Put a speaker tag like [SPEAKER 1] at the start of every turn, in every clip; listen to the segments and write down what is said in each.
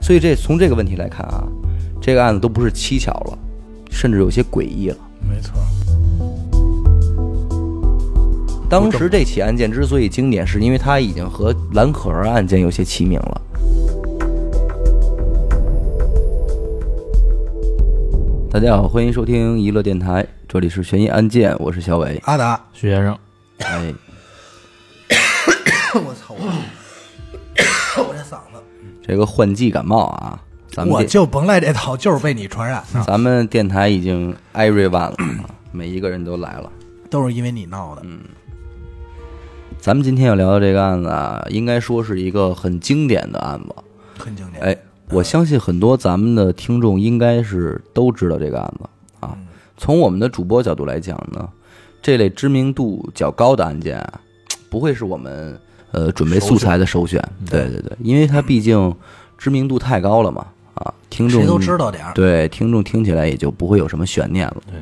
[SPEAKER 1] 所以这从这个问题来看啊，这个案子都不是蹊跷了，甚至有些诡异了。
[SPEAKER 2] 没错，
[SPEAKER 1] 当时这起案件之所以经典，是因为它已经和蓝可儿案件有些齐名了。大家好，欢迎收听娱乐电台，这里是悬疑案件，我是小伟。
[SPEAKER 2] 阿达，
[SPEAKER 3] 徐先生，
[SPEAKER 1] 哎，
[SPEAKER 2] 我操我，我这嗓子，
[SPEAKER 1] 这个换季感冒啊，咱们
[SPEAKER 2] 我
[SPEAKER 1] 电
[SPEAKER 2] 就甭赖这套，就是被你传染的，
[SPEAKER 1] 咱们电台已经 everyone 了啊，每一个人都来了。
[SPEAKER 2] 都是因为你闹的。
[SPEAKER 1] 嗯咱们今天要聊的这个案子啊，应该说是一个很经典的案子。
[SPEAKER 2] 很经典。
[SPEAKER 1] 哎，我相信很多咱们的听众应该是都知道这个案子啊。从我们的主播角度来讲呢，这类知名度较高的案件啊，不会是我们呃准备素材的首选。
[SPEAKER 2] 嗯
[SPEAKER 1] 对对对，因为它毕竟知名度太高了嘛啊，听众
[SPEAKER 2] 谁都知道点儿。
[SPEAKER 1] 对，听众听起来也就不会有什么悬念了。
[SPEAKER 3] 对，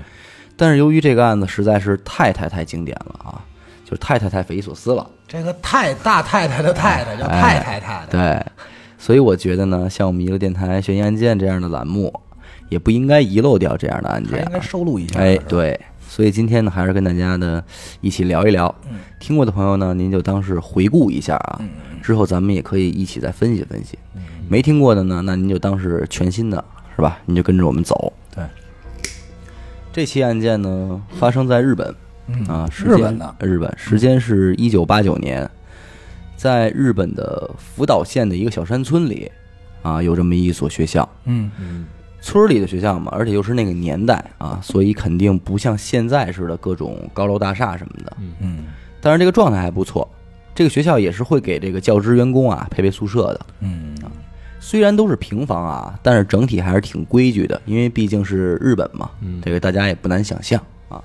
[SPEAKER 1] 但是由于这个案子实在是太太太经典了啊，就是太太太匪夷所思了。
[SPEAKER 2] 这个太大太太的太太叫
[SPEAKER 1] 哎
[SPEAKER 2] 太太太太，
[SPEAKER 1] 对，所以我觉得呢，像我们娱乐电台悬疑案件这样的栏目，也不应该遗漏掉这样的案
[SPEAKER 2] 还
[SPEAKER 1] 件
[SPEAKER 2] 应。该收录一下。
[SPEAKER 1] 哎
[SPEAKER 2] 是吧，
[SPEAKER 1] 对，所以今天呢，还是跟大家呢一起聊一聊。
[SPEAKER 2] 嗯
[SPEAKER 1] 听过的朋友呢，您就当是回顾一下啊，之后咱们也可以一起再分析分析。
[SPEAKER 2] 嗯
[SPEAKER 1] 没听过的呢，那您就当是全新的，是吧？您就跟着我们走。
[SPEAKER 2] 对，
[SPEAKER 1] 这起案件呢，发生在日本，啊，时间
[SPEAKER 2] 嗯日本的
[SPEAKER 1] 日本，时间是一九八九年，在日本的福岛县的一个小山村里，啊，有这么一所学校，
[SPEAKER 2] 嗯，
[SPEAKER 1] 村里的学校嘛，而且又是那个年代啊，所以肯定不像现在似的各种高楼大厦什么的，
[SPEAKER 2] 嗯
[SPEAKER 1] 但是这个状态还不错。这个学校也是会给这个教职员工啊配备宿舍的，
[SPEAKER 2] 嗯
[SPEAKER 1] 虽然都是平房啊，但是整体还是挺规矩的，因为毕竟是日本嘛，这个大家也不难想象啊。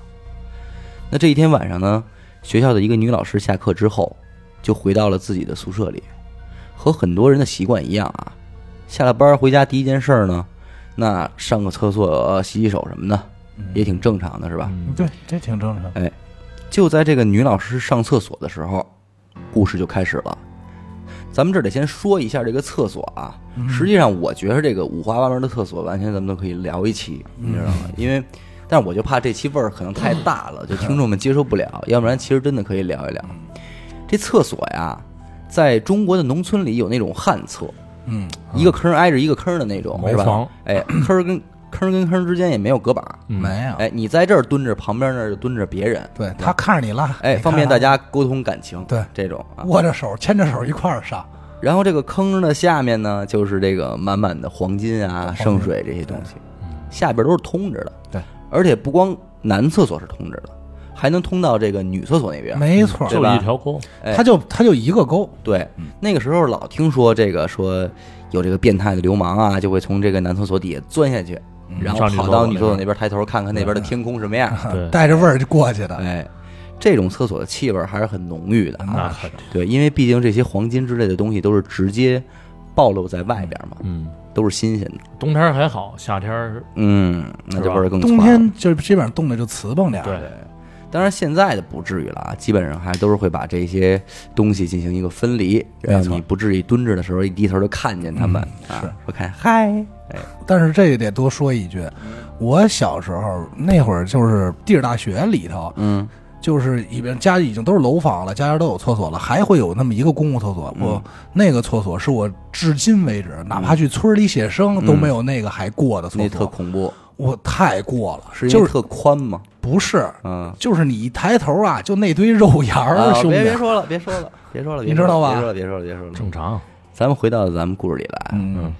[SPEAKER 1] 那这一天晚上呢，学校的一个女老师下课之后，就回到了自己的宿舍里，和很多人的习惯一样啊，下了班回家第一件事儿呢，那上个厕所、洗洗手什么的，也挺正常的，是吧？
[SPEAKER 2] 嗯，对，这挺正常。
[SPEAKER 1] 哎，就在这个女老师上厕所的时候，故事就开始了。咱们这儿得先说一下这个厕所啊，实际上我觉得这个五花八门的厕所，完全咱们都可以聊一期，你知道吗？因为，但是我就怕这期味儿可能太大了，就听众们接受不了。要不然，其实真的可以聊一聊这厕所呀。在中国的农村里有那种旱厕，
[SPEAKER 2] 嗯，
[SPEAKER 1] 一个坑挨着一个坑的那种，
[SPEAKER 3] 茅
[SPEAKER 1] 是吧
[SPEAKER 3] 房？
[SPEAKER 1] 哎，坑儿跟坑儿跟坑儿之间也没有隔板，
[SPEAKER 2] 没有。
[SPEAKER 1] 哎，你在这儿蹲着，旁边那儿就蹲着别人，
[SPEAKER 2] 嗯对他看着你拉，
[SPEAKER 1] 哎，
[SPEAKER 2] 你看
[SPEAKER 1] 方便
[SPEAKER 2] 着
[SPEAKER 1] 大家沟通感情，
[SPEAKER 2] 对
[SPEAKER 1] 这种啊。
[SPEAKER 2] 握着手牵着手一块儿上。
[SPEAKER 1] 然后这个坑的下面呢，就是这个满满的黄金啊、圣水这些东西，下边都是通着的。
[SPEAKER 2] 对，
[SPEAKER 1] 而且不光男厕所是通着的，还能通到这个女厕所那边。
[SPEAKER 2] 没错，
[SPEAKER 1] 对
[SPEAKER 3] 就
[SPEAKER 1] 吧
[SPEAKER 3] 一条沟，
[SPEAKER 1] 哎
[SPEAKER 2] 他就他就一个勾，
[SPEAKER 1] 对，那个时候老听说这个说有这个变态的流氓啊，就会从这个男厕所底下钻下去，然后
[SPEAKER 3] 上女
[SPEAKER 1] 跑
[SPEAKER 3] 厕
[SPEAKER 1] 到
[SPEAKER 3] 所
[SPEAKER 1] 女
[SPEAKER 3] 那
[SPEAKER 1] 厕所
[SPEAKER 3] 边
[SPEAKER 1] 那边，抬头看看那边的天空什么样。
[SPEAKER 3] 对，
[SPEAKER 2] 带着味儿就过去的。
[SPEAKER 1] 哎，这种厕所的气味还是很浓郁的啊。
[SPEAKER 3] 那肯定，
[SPEAKER 1] 对，因为毕竟这些黄金之类的东西都是直接暴露在外边嘛，
[SPEAKER 3] 嗯，
[SPEAKER 1] 都是新鲜的。
[SPEAKER 3] 冬天还好，夏天儿
[SPEAKER 1] 嗯，那
[SPEAKER 3] 是
[SPEAKER 1] 就
[SPEAKER 3] 吧
[SPEAKER 1] 味儿更
[SPEAKER 2] 冬
[SPEAKER 1] 窜了。
[SPEAKER 2] 天就基本上冻得就瓷蹦点儿。
[SPEAKER 3] 对，
[SPEAKER 1] 啊当然现在的不至于了啊，基本上还都是会把这些东西进行一个分离，让你不至于蹲着的时候一低头就看见他们、
[SPEAKER 2] 嗯
[SPEAKER 1] 啊。我看嗨，
[SPEAKER 2] 但是这得多说一句，我小时候那会儿就是地质大学里头，
[SPEAKER 1] 嗯，
[SPEAKER 2] 就是里边家已经都是楼房了，家家都有厕所了，还会有那么一个公共厕所。
[SPEAKER 1] 嗯
[SPEAKER 2] 我那个厕所是我至今为止，哪怕去村里写生都没有那个还过的
[SPEAKER 1] 嗯
[SPEAKER 2] 厕
[SPEAKER 1] 那特
[SPEAKER 2] 所，
[SPEAKER 1] 恐怖，
[SPEAKER 2] 我太过了，
[SPEAKER 1] 是因
[SPEAKER 2] 就
[SPEAKER 1] 为
[SPEAKER 2] 是
[SPEAKER 1] 特宽吗？
[SPEAKER 2] 不是，
[SPEAKER 1] 嗯，
[SPEAKER 2] 就是你一抬头啊，就那堆肉芽儿，
[SPEAKER 1] 啊，
[SPEAKER 2] 兄
[SPEAKER 1] 别别
[SPEAKER 2] 弟，
[SPEAKER 1] 说了，别说了，别说了，
[SPEAKER 2] 你
[SPEAKER 1] 别说
[SPEAKER 2] 知道
[SPEAKER 1] 了
[SPEAKER 2] 吧
[SPEAKER 1] 别说了，别说了，别说了。
[SPEAKER 3] 正常，
[SPEAKER 1] 咱们回到咱们故事里来，
[SPEAKER 2] 嗯，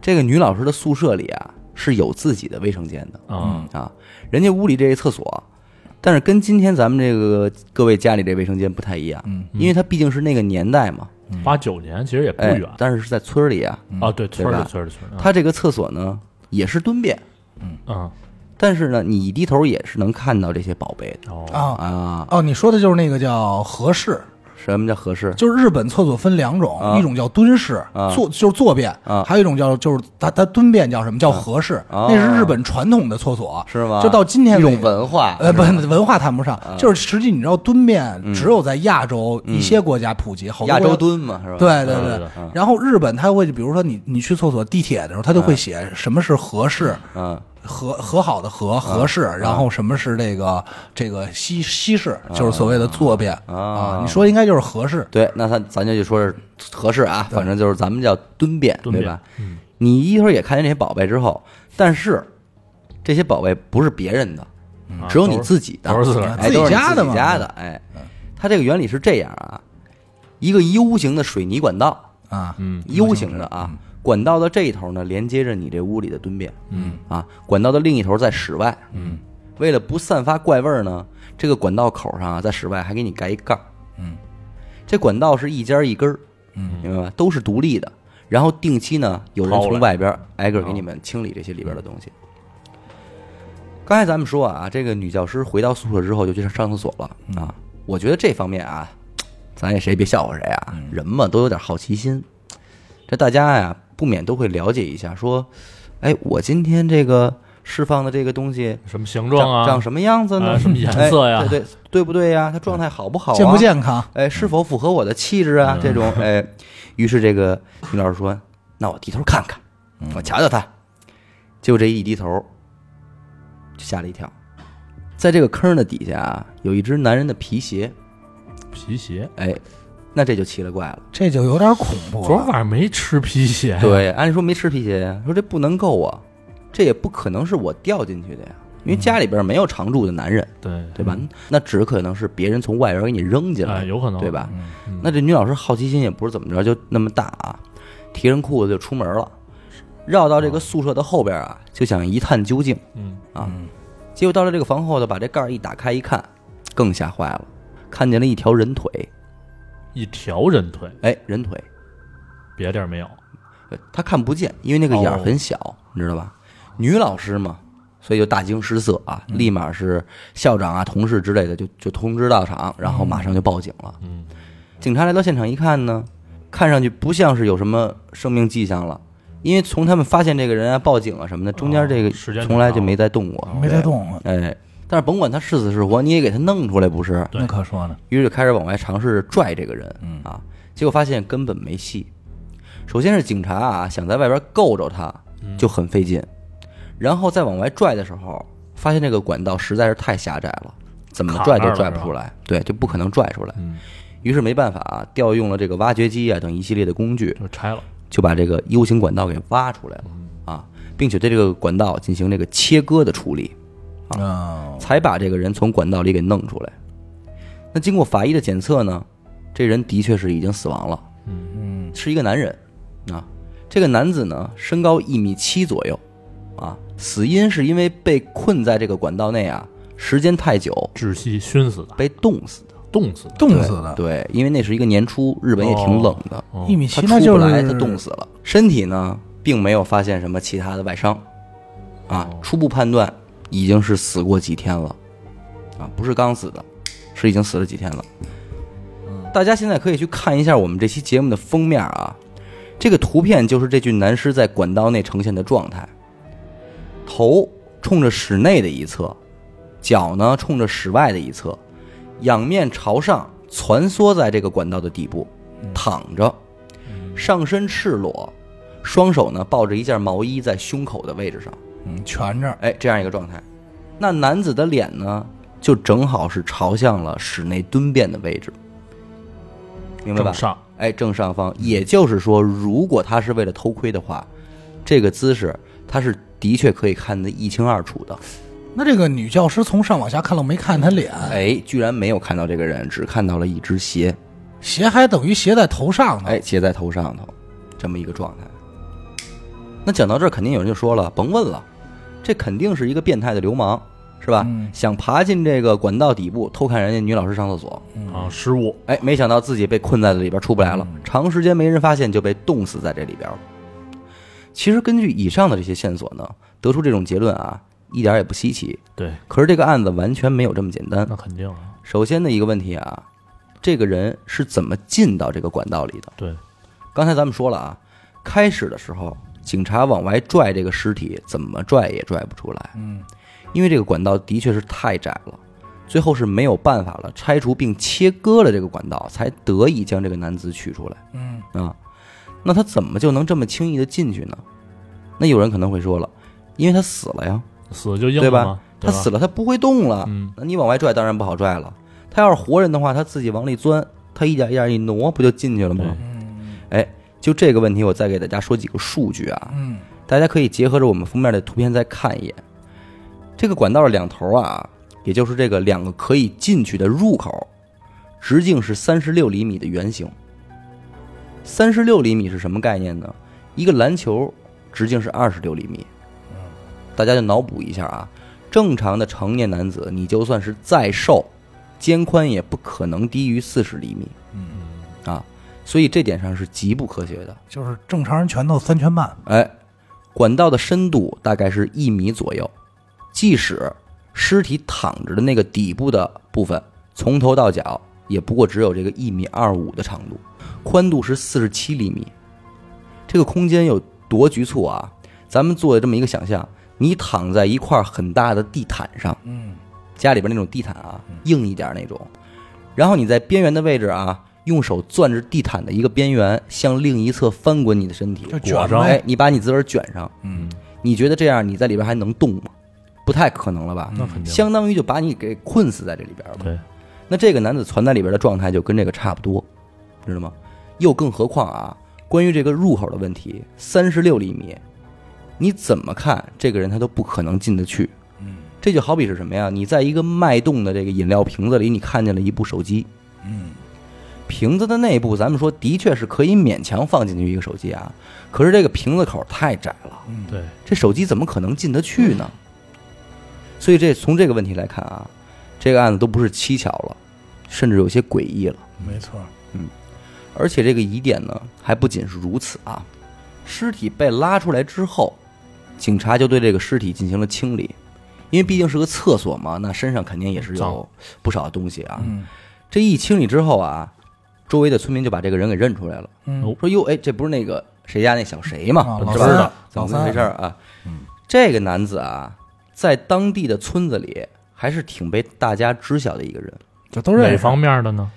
[SPEAKER 1] 这个女老师的宿舍里啊是有自己的卫生间的，
[SPEAKER 3] 啊，
[SPEAKER 1] 啊，人家屋里这个厕所，但是跟今天咱们这个各位家里这卫生间不太一样，
[SPEAKER 2] 嗯，
[SPEAKER 1] 因为它毕竟是那个年代嘛，
[SPEAKER 3] 八九年其实也不
[SPEAKER 1] 嗯哎
[SPEAKER 3] 远，
[SPEAKER 1] 但是是在村儿里啊，
[SPEAKER 3] 啊，对，村儿
[SPEAKER 1] 对
[SPEAKER 3] 里
[SPEAKER 1] 吧
[SPEAKER 3] 村儿
[SPEAKER 2] 嗯
[SPEAKER 3] 里村儿里，
[SPEAKER 1] 它这个厕所呢也是蹲便，
[SPEAKER 3] 啊，
[SPEAKER 1] 但是呢，你一低头也是能看到这些宝贝的
[SPEAKER 3] 哦，
[SPEAKER 2] 啊
[SPEAKER 1] 啊，
[SPEAKER 2] 哦，你说的就是那个叫合适，
[SPEAKER 1] 什么叫合适？
[SPEAKER 2] 就是日本厕所分两种，
[SPEAKER 1] 啊
[SPEAKER 2] 一种叫蹲式，
[SPEAKER 1] 啊
[SPEAKER 2] 坐就是坐便，
[SPEAKER 1] 啊
[SPEAKER 2] 还有一种叫就是它它蹲便叫什么叫合适，
[SPEAKER 1] 啊
[SPEAKER 2] 那是日本传统的厕所，
[SPEAKER 1] 是吗？
[SPEAKER 2] 就到今天
[SPEAKER 1] 一
[SPEAKER 2] 为
[SPEAKER 1] 种
[SPEAKER 2] 止
[SPEAKER 1] 文化，
[SPEAKER 2] 呃，不
[SPEAKER 1] 是吧，啊嗯
[SPEAKER 2] 文化谈不上，就是实际你知道蹲便只有在亚洲一些国家普及，好多
[SPEAKER 1] 亚
[SPEAKER 2] 国
[SPEAKER 1] 洲
[SPEAKER 2] 家
[SPEAKER 1] 蹲嘛，是吧？
[SPEAKER 2] 对对
[SPEAKER 3] 嗯
[SPEAKER 2] 对
[SPEAKER 3] 对
[SPEAKER 1] 嗯，
[SPEAKER 2] 然后日本他会，比如说你你去厕所地铁的时候，
[SPEAKER 1] 啊
[SPEAKER 2] 他就会写什么是合适，
[SPEAKER 1] 嗯，
[SPEAKER 2] 和和好的
[SPEAKER 1] 啊
[SPEAKER 2] 和合适，然后什么是这个这个西西式，
[SPEAKER 1] 啊
[SPEAKER 2] 就是所谓的坐便啊。你说应该就是合适，
[SPEAKER 1] 对，那咱咱就去说是合适啊，反正就是咱们叫蹲便，
[SPEAKER 3] 蹲便
[SPEAKER 1] 对吧？你一会儿也看见这些宝贝之后，但是这些宝贝不是别人的，
[SPEAKER 3] 啊
[SPEAKER 1] 只有你
[SPEAKER 3] 都是
[SPEAKER 1] 自己的，
[SPEAKER 3] 都是自个儿
[SPEAKER 1] 哎，
[SPEAKER 2] 自己
[SPEAKER 1] 都是你
[SPEAKER 2] 家的
[SPEAKER 1] 自己
[SPEAKER 2] 嘛
[SPEAKER 1] 家的，哎，它这个原理是这样啊，一个 U 型的水泥管道，
[SPEAKER 2] 啊，
[SPEAKER 3] 嗯
[SPEAKER 1] U 型的啊，管道的这一头呢连接着你这屋里的蹲便，
[SPEAKER 3] 嗯
[SPEAKER 1] 啊，管道的另一头在室外，嗯，为了不散发怪味儿呢，这个管道口上啊在室外还给你盖一盖，
[SPEAKER 2] 嗯，
[SPEAKER 1] 这管道是一尖儿一根儿，嗯，明白吧？都是独立的，然后定期呢有人
[SPEAKER 3] 掏
[SPEAKER 1] 从
[SPEAKER 3] 来
[SPEAKER 1] 外边儿挨个给你们清理这些里边的东西。刚才咱们说啊，这个女教师回到宿舍之后就去上厕所了啊。我觉得这方面啊，咱也谁别笑话谁啊，
[SPEAKER 3] 嗯
[SPEAKER 1] 人嘛都有点好奇心，这大家呀不免都会了解一下，说，哎，我今天这个释放的这个东西
[SPEAKER 3] 什么形
[SPEAKER 1] 长、
[SPEAKER 3] 状啊，
[SPEAKER 1] 长什么样子呢？
[SPEAKER 3] 啊什么颜色呀嗯
[SPEAKER 1] 哎对对对不对呀？它状态好不好、啊？
[SPEAKER 2] 健不？健康？
[SPEAKER 1] 哎，是否符合我的气质啊？这种哎，于是这个女老师说：“那我低头看看，
[SPEAKER 3] 嗯
[SPEAKER 1] 我瞧瞧它。”就这一低头，就吓了一跳，在这个坑的底下啊，有一只男人的皮鞋，
[SPEAKER 3] 皮鞋。
[SPEAKER 1] 哎，那这就奇了怪了。
[SPEAKER 2] 这就有点恐怖
[SPEAKER 3] 昨儿
[SPEAKER 2] 了。
[SPEAKER 3] 晚上没吃皮鞋，
[SPEAKER 1] 对，按理说没吃皮鞋呀，说这不能够啊，这也不可能是我掉进去的呀，因
[SPEAKER 3] 嗯
[SPEAKER 1] 为家里边没有常住的男人，
[SPEAKER 3] 对
[SPEAKER 1] 对吧？那只可能是别人从外边给你扔进来
[SPEAKER 3] 嗯哎，
[SPEAKER 1] 的，
[SPEAKER 3] 有可能嗯
[SPEAKER 1] 对？吧？那这女老师好奇心也不是怎么着就那么大啊，提着裤子就出门了，绕到这个宿舍的后边啊，就想一探究竟。
[SPEAKER 3] 哦嗯
[SPEAKER 1] 啊，结果到了这个房后头，把这盖儿一打开一看，更吓坏了，看见了一条人腿，
[SPEAKER 3] 一条人腿，
[SPEAKER 1] 哎，人腿，
[SPEAKER 3] 别地儿没有。
[SPEAKER 1] 呃他看不见，因为那个眼儿
[SPEAKER 3] 哦
[SPEAKER 1] 很小，你知道吧？女老师嘛，所以就大惊失色啊，
[SPEAKER 3] 嗯
[SPEAKER 1] 立马是校长啊、同事之类的就就通知到场，然后马上就报警了。
[SPEAKER 3] 嗯，
[SPEAKER 1] 警察来到现场一看呢，看上去不像是有什么生命迹象了，因为从他们发现这个人啊、报警啊什么的，中间这个
[SPEAKER 3] 哦时间
[SPEAKER 1] 从来就没再动过，
[SPEAKER 2] 没带动了，
[SPEAKER 1] 哎。但是甭管他是死是活，你也给他弄出来不是？
[SPEAKER 3] 对
[SPEAKER 2] 那可说呢。
[SPEAKER 1] 于是就开始往外尝试拽这个人，啊，结果发现根本没戏。首先是警察啊，想在外边够着他就很费劲，然后再往外拽的时候，发现这个管道实在是太狭窄了，怎么拽都拽不出来，对，就不可能拽出来。
[SPEAKER 3] 嗯
[SPEAKER 1] 于是没办法啊，调用了这个挖掘机啊等一系列的工具，
[SPEAKER 3] 就拆了。
[SPEAKER 1] 就把这个 U 型管道给挖出来了啊，并且对这个管道进行这个切割的处理。
[SPEAKER 2] 嗯，
[SPEAKER 1] 才把这个人从管道里给弄出来。那经过法医的检测呢，这人的确是已经死亡了，嗯，是一个男人啊。这个男子呢，身高一米七左右，啊，死因是因为被困在这个管道内啊，时间太久
[SPEAKER 3] 窒息熏死的，
[SPEAKER 1] 被冻死的。
[SPEAKER 3] 冻死的。
[SPEAKER 2] 冻死的，
[SPEAKER 1] 对，因为那是一个年初，日本也挺冷的，
[SPEAKER 3] 哦
[SPEAKER 2] 一米
[SPEAKER 1] 他
[SPEAKER 2] 七那
[SPEAKER 1] 出
[SPEAKER 2] 就
[SPEAKER 1] 不
[SPEAKER 2] 是
[SPEAKER 1] 来，他冻死了。身体呢，并没有发现什么其他的外伤，啊，
[SPEAKER 2] 哦
[SPEAKER 1] 初步判断已经是死过几天了，啊，不是刚死的，是已经死了几天了。
[SPEAKER 2] 嗯
[SPEAKER 1] 大家现在可以去看一下我们这期节目的封面啊，这个图片就是这具男尸在管道内呈现的状态，头冲着室内的一侧，脚呢冲着室外的一侧，仰面朝上蜷缩在这个管道的底部，
[SPEAKER 2] 嗯
[SPEAKER 1] 躺着，上身赤裸，双手呢抱着一件毛衣在胸口的位置上，
[SPEAKER 2] 嗯，蜷着，
[SPEAKER 1] 哎，这样一个状态。那男子的脸呢，就正好是朝向了室内蹲便的位置，明白吧
[SPEAKER 3] 正？上，
[SPEAKER 1] 哎，正上方，也就是说，如果他是为了偷窥的话，这个姿势他是的确可以看得一清二楚
[SPEAKER 3] 哎
[SPEAKER 1] 的。
[SPEAKER 2] 那这个女教师从上往下看了没看她脸，
[SPEAKER 1] 哎，居然没有看到这个人，只看到了一只鞋，
[SPEAKER 2] 鞋还等于鞋在头上呢。
[SPEAKER 1] 哎，鞋在头上头，这么一个状态。那讲到这儿，肯定有人就说了，甭问了，这肯定是一个变态的流氓，是吧？想爬进这个管道底部偷看人家女老师上厕所，
[SPEAKER 3] 啊，失误，
[SPEAKER 1] 哎，没想到自己被困在了里边出不来了，长时间没人发现就被冻死在这里边了。其实根据以上的这些线索呢，得出这种结论啊，一点儿也不稀奇。
[SPEAKER 3] 对，
[SPEAKER 1] 可是这个案子完全没有这么简单。
[SPEAKER 3] 那肯定啊，
[SPEAKER 1] 首先的一个问题啊，这个人是怎么进到这个管道里的。
[SPEAKER 3] 对，
[SPEAKER 1] 刚才咱们说了啊，开始的时候警察往外拽这个尸体，怎么拽也拽不出来，
[SPEAKER 2] 嗯，
[SPEAKER 1] 因为这个管道的确是太窄了。最后是没有办法了，拆除并切割了这个管道，才得以将这个男子取出来。
[SPEAKER 2] 嗯
[SPEAKER 1] 啊，那他怎么就能这么轻易的进去呢？那有人可能会说了，因为他死了呀，
[SPEAKER 3] 死就硬
[SPEAKER 1] 对
[SPEAKER 3] 了
[SPEAKER 1] 吧
[SPEAKER 3] 嘛，对
[SPEAKER 1] 他
[SPEAKER 3] 吧
[SPEAKER 1] 死了，他不会动了，
[SPEAKER 3] 嗯，
[SPEAKER 1] 那你往外拽当然不好拽了。他要是活人的话，他自己往里钻，他一点一点一挪，不就进去了吗？
[SPEAKER 2] 嗯
[SPEAKER 1] 哎，就这个问题，我再给大家说几个数据啊，
[SPEAKER 2] 嗯
[SPEAKER 1] 大家可以结合着我们封面的图片再看一眼。这个管道的两头啊，也就是这个两个可以进去的入口，直径是三十六厘米的圆形。三十六厘米是什么概念呢？一个篮球直径是二十六厘米。大家就脑补一下啊，正常的成年男子，你就算是再瘦，肩宽也不可能低于四十厘米
[SPEAKER 2] 嗯，
[SPEAKER 1] 啊，所以这点上是极不科学的。
[SPEAKER 2] 就是正常人拳头三拳半，
[SPEAKER 1] 哎，管道的深度大概是一米左右。即使尸体躺着的那个底部的部分，从头到脚也不过只有这个一米二五的长度，宽度是四十七厘米。这个空间有多局促啊？咱们做这么一个想象，你躺在一块很大的地毯上，
[SPEAKER 2] 嗯
[SPEAKER 1] 家里边那种地毯啊，硬一点那种，然后你在边缘的位置啊，用手攥着地毯的一个边缘，向另一侧翻滚你的身体，
[SPEAKER 2] 就卷
[SPEAKER 3] 裹上
[SPEAKER 2] 呗
[SPEAKER 1] 哎，，你把你自个儿卷上，
[SPEAKER 2] 嗯，
[SPEAKER 1] 你觉得这样你在里边还能动吗？不太可能了
[SPEAKER 2] 嗯
[SPEAKER 1] 吧？
[SPEAKER 3] 那肯定
[SPEAKER 1] 相当于就把你给困死在这里边了。
[SPEAKER 3] 对，
[SPEAKER 1] 那这个男子传在里边的状态就跟这个差不多，知道吗？又更何况啊，关于这个入口的问题，三十六厘米，你怎么看这个人他都不可能进得去。
[SPEAKER 2] 嗯，
[SPEAKER 1] 这就好比是什么呀？你在一个脉动的这个饮料瓶子里，你看见了一部手机，
[SPEAKER 2] 嗯，
[SPEAKER 1] 瓶子的内部，咱们说的确是可以勉强放进去一个手机啊，可是这个瓶子口太窄了。
[SPEAKER 2] 嗯，
[SPEAKER 3] 对，
[SPEAKER 1] 这手机怎么可能进得去呢？所以这从这个问题来看啊，这个案子都不是蹊跷了，甚至有些诡异了。
[SPEAKER 2] 没错，
[SPEAKER 1] 而且这个疑点呢，还不仅是如此啊。尸体被拉出来之后，警察就对这个尸体进行了清理，因为毕竟是个厕所嘛，那身上肯定也是有
[SPEAKER 3] 脏
[SPEAKER 1] 不少东西啊。
[SPEAKER 2] 嗯
[SPEAKER 1] 这一清理之后啊，周围的村民就把这个人给认出来了，
[SPEAKER 2] 嗯，
[SPEAKER 1] 说：“哟，哎，这不是那个谁家那小谁吗？
[SPEAKER 2] 啊
[SPEAKER 1] 是吧
[SPEAKER 2] 老
[SPEAKER 3] 知道
[SPEAKER 2] 三，
[SPEAKER 1] 怎
[SPEAKER 2] 老
[SPEAKER 1] 么回
[SPEAKER 2] 三嗯
[SPEAKER 1] 事儿啊？这个男子啊，在当地的村子里还是挺被大家知晓的一个人。
[SPEAKER 2] 这都
[SPEAKER 1] 啊
[SPEAKER 2] 认识
[SPEAKER 3] 哪方面的呢？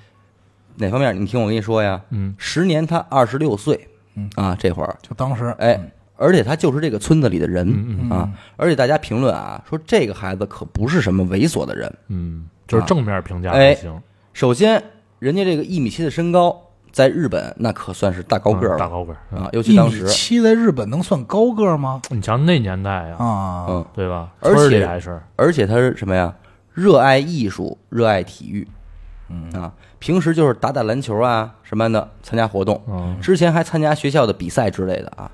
[SPEAKER 1] 哪方面？你听我跟你说呀，
[SPEAKER 3] 嗯，
[SPEAKER 1] 时年他二十六岁，
[SPEAKER 2] 嗯
[SPEAKER 1] 啊，这会儿，
[SPEAKER 2] 就当时，嗯
[SPEAKER 1] 哎，而且他就是这个村子里的人、
[SPEAKER 3] 嗯
[SPEAKER 1] 啊，而且大家评论啊，说这个孩子可不是什么猥琐的人。
[SPEAKER 3] 嗯，就是正面评价
[SPEAKER 1] 哎
[SPEAKER 3] 不行，
[SPEAKER 1] 首先，人家这个一米七的身高，在日本那可算是大高个儿
[SPEAKER 3] 嗯大
[SPEAKER 1] 了、
[SPEAKER 3] 高个儿。嗯
[SPEAKER 1] 啊，尤其
[SPEAKER 2] 一
[SPEAKER 1] 当
[SPEAKER 2] 米
[SPEAKER 1] 时，
[SPEAKER 2] 七在日本能算高个儿吗？
[SPEAKER 3] 你瞧那年代啊，
[SPEAKER 2] 啊，
[SPEAKER 1] 嗯，
[SPEAKER 3] 对吧？
[SPEAKER 1] 而
[SPEAKER 3] 村儿
[SPEAKER 1] 且
[SPEAKER 3] 里还是
[SPEAKER 1] 而且他是什么呀？热爱艺术，热爱体育，嗯啊，平时就是打打篮球啊什么的，参加活动。
[SPEAKER 3] 嗯
[SPEAKER 1] 之前还参加学校的比赛之类的啊。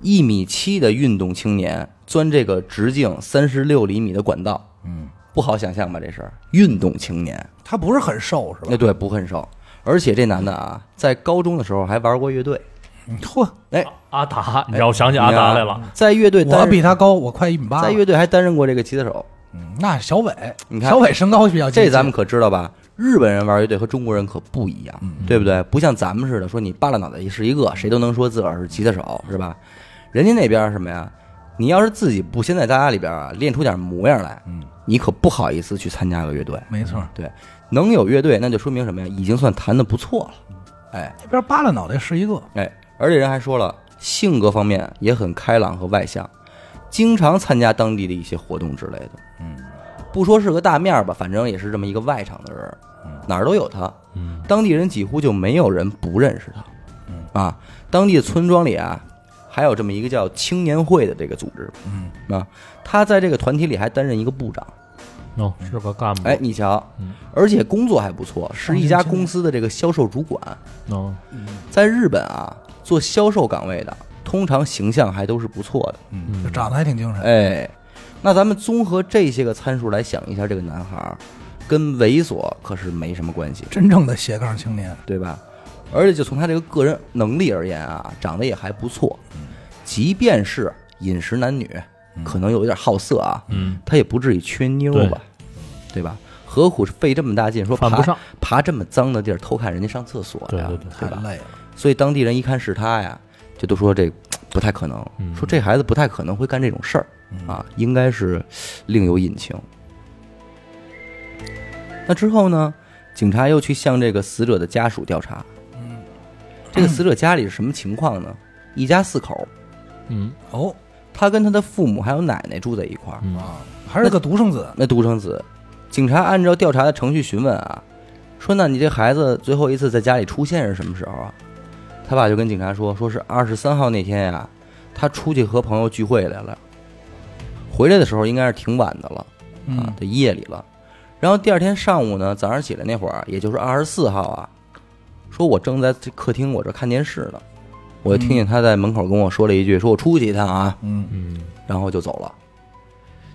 [SPEAKER 1] 一米七的运动青年钻这个直径三十六厘米的管道，
[SPEAKER 2] 嗯，
[SPEAKER 1] 不好想象吧？这是运动青年，
[SPEAKER 2] 他不是很瘦是
[SPEAKER 1] 那
[SPEAKER 2] 吧？
[SPEAKER 1] 对不很瘦。而且这男的啊，在高中的时候还玩过乐队，
[SPEAKER 2] 嚯，
[SPEAKER 1] 哎，
[SPEAKER 3] 阿达，你让我想
[SPEAKER 1] 你
[SPEAKER 3] 起阿达
[SPEAKER 1] 看啊
[SPEAKER 3] 来了，
[SPEAKER 1] 在乐队
[SPEAKER 2] 我
[SPEAKER 1] 担
[SPEAKER 2] 比
[SPEAKER 1] 任，
[SPEAKER 2] 他高，我快一米八
[SPEAKER 1] 在
[SPEAKER 2] 了。
[SPEAKER 1] 乐队还担任过这个吉他手，
[SPEAKER 2] 嗯那小伟，
[SPEAKER 1] 你看
[SPEAKER 2] 小伟身高比较接
[SPEAKER 1] 这
[SPEAKER 2] 近
[SPEAKER 1] 咱们可知道吧？日本人玩乐队和中国人可不一样，对不对？不像咱们似的，说你扒拉脑袋是一个，谁都能说自个儿是吉他手，是吧？人家那边儿什么呀？你要是自己不先在大家里边儿啊练出点模样来，
[SPEAKER 2] 嗯，
[SPEAKER 1] 你可不好意思去参加个乐队。
[SPEAKER 2] 没错，
[SPEAKER 1] 对，能有乐队，那就说明什么呀？已经算弹的不错了。哎
[SPEAKER 2] 那边扒拉脑袋是一个，
[SPEAKER 1] 哎，而且人还说了，性格方面也很开朗和外向，经常参加当地的一些活动之类的。嗯，不说是个大面儿吧，反正也是这么一个外场的人儿，哪儿都有他。
[SPEAKER 3] 嗯，
[SPEAKER 1] 当地人几乎就没有人不认识他。啊，当地的村庄里啊，还有这么一个叫青年会的这个组织。嗯，啊，他在这个团体里还担任一个部长。
[SPEAKER 3] 哦，是个干部，
[SPEAKER 1] 哎，你瞧
[SPEAKER 3] 嗯，
[SPEAKER 1] 而且工作还不错，是一家公司的这个销售主管。
[SPEAKER 3] 嗯，
[SPEAKER 1] 在日本啊，做销售岗位的通常形象还都是不错的。
[SPEAKER 2] 嗯，就长得还挺精神。
[SPEAKER 1] 哎，那咱们综合这些个参数来想一下，这个男孩儿跟猥琐可是没什么关系，
[SPEAKER 2] 真正的斜杠青年，
[SPEAKER 1] 对吧？而且就从他这个个人能力而言啊，长得也还不错，
[SPEAKER 3] 嗯
[SPEAKER 1] 即便是饮食男女，可能有点好色啊，
[SPEAKER 3] 嗯，
[SPEAKER 1] 他也不至于缺妞
[SPEAKER 3] 对
[SPEAKER 1] 吧，对吧？何苦是费这么大劲说啊
[SPEAKER 3] 犯
[SPEAKER 1] 爬
[SPEAKER 3] 不上
[SPEAKER 1] 爬这么脏的地儿偷看人家上厕所呀？
[SPEAKER 3] 对对对
[SPEAKER 2] 太
[SPEAKER 1] 吧？
[SPEAKER 2] 累了，
[SPEAKER 1] 所以当地人一看是他呀，就都说这不太可能，
[SPEAKER 3] 嗯
[SPEAKER 1] 说这孩子不太可能会干这种事儿啊，应该是另有隐情。那之后呢，警察又去向这个死者的家属调查，
[SPEAKER 2] 嗯，
[SPEAKER 1] 这个死者家里是什么情况呢？一家四口，
[SPEAKER 3] 嗯
[SPEAKER 2] 哦
[SPEAKER 1] 他跟他的父母还有奶奶住在一块儿。
[SPEAKER 3] 嗯，
[SPEAKER 2] 啊，还是个独生子，
[SPEAKER 1] 那独生子，警察按照调查的程序询问啊，说：“那你这孩子最后一次在家里出现是什么时候啊？”他爸就跟警察说：“说是二十三号那天呀、他出去和朋友聚会来了，回来的时候应该是挺晚的了啊
[SPEAKER 2] 嗯，
[SPEAKER 1] 得夜里了。然后第二天上午呢，早上起来那会儿，也就是二十四号啊，说我正在这客厅我这看电视呢，我就听见他在门口跟我说了一句：说我出去一趟啊。”
[SPEAKER 2] 嗯
[SPEAKER 3] 嗯
[SPEAKER 1] 然后就走了。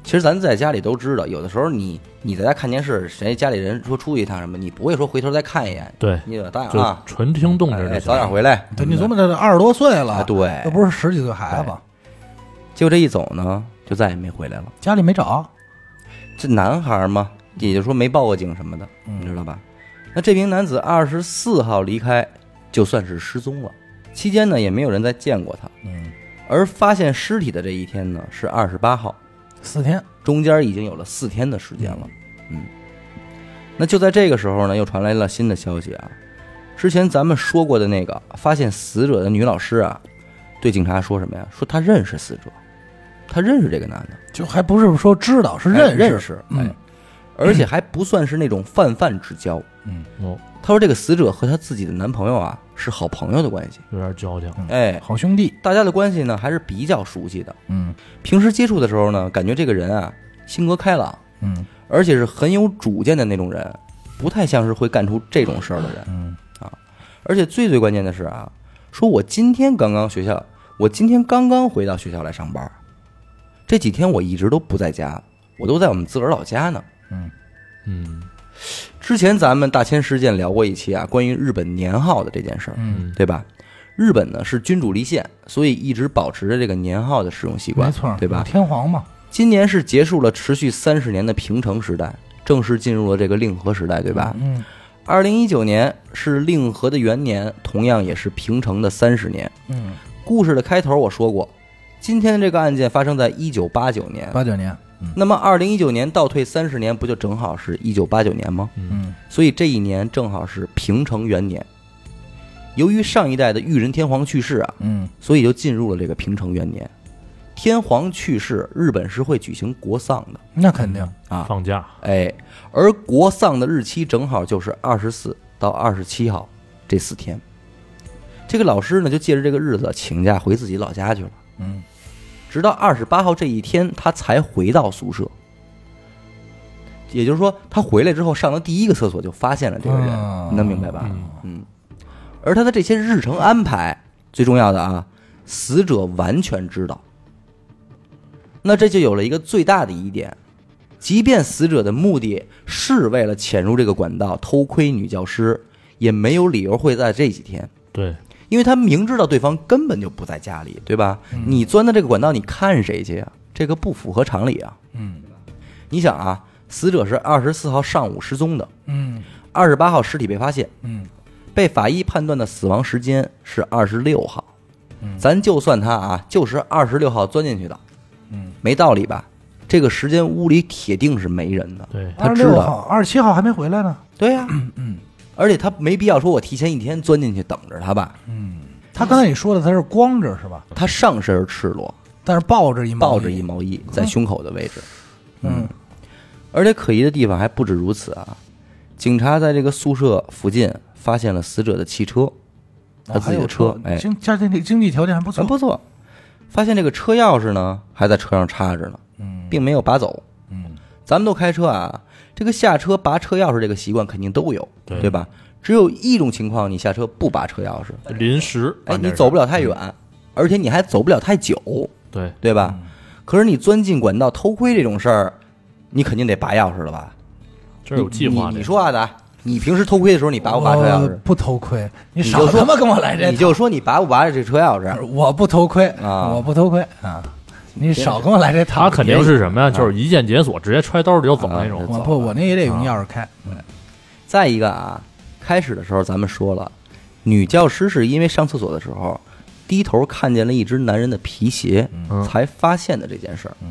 [SPEAKER 1] 其实咱在家里都知道，有的时候你你在家看电视，谁家里人说出去一趟什么，你不会说回头再看一眼，
[SPEAKER 3] 对，
[SPEAKER 1] 你得大
[SPEAKER 3] 就
[SPEAKER 1] 啊，
[SPEAKER 3] 纯听动
[SPEAKER 1] 哎
[SPEAKER 3] 着
[SPEAKER 1] 哎
[SPEAKER 3] 就
[SPEAKER 1] 早点
[SPEAKER 3] 行。
[SPEAKER 1] 回来
[SPEAKER 2] 对，你琢磨这二十多岁
[SPEAKER 1] 啊，
[SPEAKER 2] 了，
[SPEAKER 1] 对
[SPEAKER 2] 又。不是十几岁孩子，
[SPEAKER 1] 结果这一走呢，就再也没回来了。
[SPEAKER 2] 家里没找，
[SPEAKER 1] 这男孩嘛，也就是说没报过警什么的，
[SPEAKER 2] 嗯
[SPEAKER 1] 你知道吧？那这名男子二十四号离开，就算是失踪了。期间呢，也没有人再见过他。
[SPEAKER 2] 嗯，
[SPEAKER 1] 而发现尸体的这一天呢，是二十八号，
[SPEAKER 2] 四天，
[SPEAKER 1] 中间已经有了四天的时间了。嗯，那就在这个时候呢，又传来了新的消息啊。之前咱们说过的那个发现死者的女老师啊，对警察说什么呀？说她认识死者，她认识这个男的，
[SPEAKER 2] 就还不是说知道，是认
[SPEAKER 1] 哎
[SPEAKER 2] 识
[SPEAKER 1] 认，识，
[SPEAKER 2] 嗯
[SPEAKER 1] 哎，而且还不算是那种泛泛之交。
[SPEAKER 2] 嗯，
[SPEAKER 3] 哦，
[SPEAKER 1] 她说这个死者和她自己的男朋友啊是好朋友的关系，
[SPEAKER 3] 有点矫情。
[SPEAKER 1] 哎，
[SPEAKER 2] 好兄弟，
[SPEAKER 1] 大家的关系呢还是比较熟悉的。
[SPEAKER 2] 嗯
[SPEAKER 1] 平时接触的时候呢，感觉这个人啊性格开朗，
[SPEAKER 2] 嗯
[SPEAKER 1] 而且是很有主见的那种人，不太像是会干出这种事儿的人。啊
[SPEAKER 2] 嗯
[SPEAKER 1] 而且最最关键的是啊，说我今天刚刚学校，我今天刚刚回到学校来上班，这几天我一直都不在家，我都在我们自个儿老家呢。
[SPEAKER 2] 嗯，
[SPEAKER 3] 嗯
[SPEAKER 1] 之前咱们大千世界聊过一期啊，关于日本年号的这件事儿，
[SPEAKER 2] 嗯，
[SPEAKER 1] 对吧？日本呢是君主立宪，所以一直保持着这个年号的使用习惯，
[SPEAKER 2] 没错，
[SPEAKER 1] 对吧？
[SPEAKER 2] 天皇嘛，
[SPEAKER 1] 今年是结束了持续三十年的平成时代，正式进入了这个令和时代，对吧？
[SPEAKER 2] 嗯
[SPEAKER 1] 二零一九年是令和的元年，同样也是平成的三十年。
[SPEAKER 2] 嗯，
[SPEAKER 1] 故事的开头我说过，今天这个案件发生在一九八九年，
[SPEAKER 2] 八九年，嗯
[SPEAKER 1] 那么二零一九年倒退三十年，不就正好是一九八九年吗？
[SPEAKER 2] 嗯
[SPEAKER 1] 所以这一年正好是平成元年。由于上一代的裕仁天皇去世啊，
[SPEAKER 2] 嗯
[SPEAKER 1] 所以就进入了这个平成元年。天皇去世，日本是会举行国丧的。
[SPEAKER 2] 那肯定，
[SPEAKER 1] 啊
[SPEAKER 3] 放假，
[SPEAKER 1] 哎，而国丧的日期正好就是二十四到二十七号这四天。这个老师呢，就借着这个日子请假回自己老家去了，
[SPEAKER 2] 嗯
[SPEAKER 1] 直到二十八号这一天，他才回到宿舍。也就是说，他回来之后上的第一个厕所就发现了这个人，
[SPEAKER 2] 啊
[SPEAKER 1] 你能明白吧？
[SPEAKER 3] 嗯
[SPEAKER 1] 而他的这些日程安排，最重要的啊，死者完全知道。那这就有了一个最大的疑点，即便死者的目的是为了潜入这个管道偷窥女教师，也没有理由会在这几天，
[SPEAKER 3] 对，
[SPEAKER 1] 因为他明知道对方根本就不在家里，对吧？你钻到这个管道，你看谁去啊？这个不符合常理啊！
[SPEAKER 2] 嗯
[SPEAKER 1] 你想啊，死者是二十四号上午失踪的，
[SPEAKER 2] 嗯
[SPEAKER 1] 二十八号尸体被发现，
[SPEAKER 2] 嗯
[SPEAKER 1] 被法医判断的死亡时间是二十六号，咱就算他啊，就是二十六号钻进去的，
[SPEAKER 2] 嗯，
[SPEAKER 1] 没道理吧？这个时间屋里铁定是没人的，
[SPEAKER 3] 对，
[SPEAKER 1] 他
[SPEAKER 2] 二
[SPEAKER 1] 知
[SPEAKER 2] 十
[SPEAKER 1] 道
[SPEAKER 2] 六号、二十七号还没回来呢，
[SPEAKER 1] 对呀、嗯 嗯，而且他没必要说我提前一天钻进去等着他吧，
[SPEAKER 2] 嗯他刚才你说的他是光着是吧？
[SPEAKER 1] 他上身赤裸，
[SPEAKER 2] 但是抱着一毛
[SPEAKER 1] 抱着
[SPEAKER 2] 衣
[SPEAKER 1] 一，毛衣在胸口的位置，
[SPEAKER 2] 嗯
[SPEAKER 1] 而且可疑的地方还不止如此啊！警察在这个宿舍附近发现了死者的汽车，他
[SPEAKER 2] 啊
[SPEAKER 1] 自己
[SPEAKER 2] 还
[SPEAKER 1] 的
[SPEAKER 2] 有
[SPEAKER 1] 车，哎，
[SPEAKER 2] 经家庭经济条件还不
[SPEAKER 1] 很
[SPEAKER 2] 错，
[SPEAKER 1] 不错。发现这个车钥匙呢还在车上插着呢，
[SPEAKER 2] 嗯
[SPEAKER 1] 并没有拔走。
[SPEAKER 2] 嗯
[SPEAKER 1] 咱们都开车啊，这个下车拔车钥匙这个习惯肯定都有，
[SPEAKER 3] 对
[SPEAKER 1] 吧？只有一种情况，你下车不拔车钥匙，
[SPEAKER 3] 临时，
[SPEAKER 1] 哎，你走不了太
[SPEAKER 3] 嗯
[SPEAKER 1] 远，而且你还走不了太久，
[SPEAKER 3] 对，
[SPEAKER 1] 对吧？
[SPEAKER 3] 嗯
[SPEAKER 1] 可是你钻进管道偷窥这种事儿，你肯定得拔钥匙了吧？
[SPEAKER 3] 这是有计划
[SPEAKER 1] 你
[SPEAKER 3] 的。
[SPEAKER 1] 你说啊话的，你平时偷窥的时候你拔不拔车钥匙
[SPEAKER 2] 我？不偷窥，你
[SPEAKER 1] 你
[SPEAKER 2] 少
[SPEAKER 1] 就说
[SPEAKER 2] 他妈跟我来这
[SPEAKER 1] 你就说你拔不拔这车钥匙？
[SPEAKER 2] 我不偷窥
[SPEAKER 1] 啊
[SPEAKER 2] 我不偷窥啊！你少跟我来这套。
[SPEAKER 3] 他肯定是什么呀？就是一键解锁，直接揣兜里就走
[SPEAKER 1] 啊
[SPEAKER 3] 那种。
[SPEAKER 2] 我不，我那也得用钥匙开。
[SPEAKER 1] 再一个啊，开始的时候咱们说了，女教师是因为上厕所的时候低头看见了一只男人的皮鞋，
[SPEAKER 3] 嗯
[SPEAKER 1] 才发现的这件事儿。
[SPEAKER 3] 呃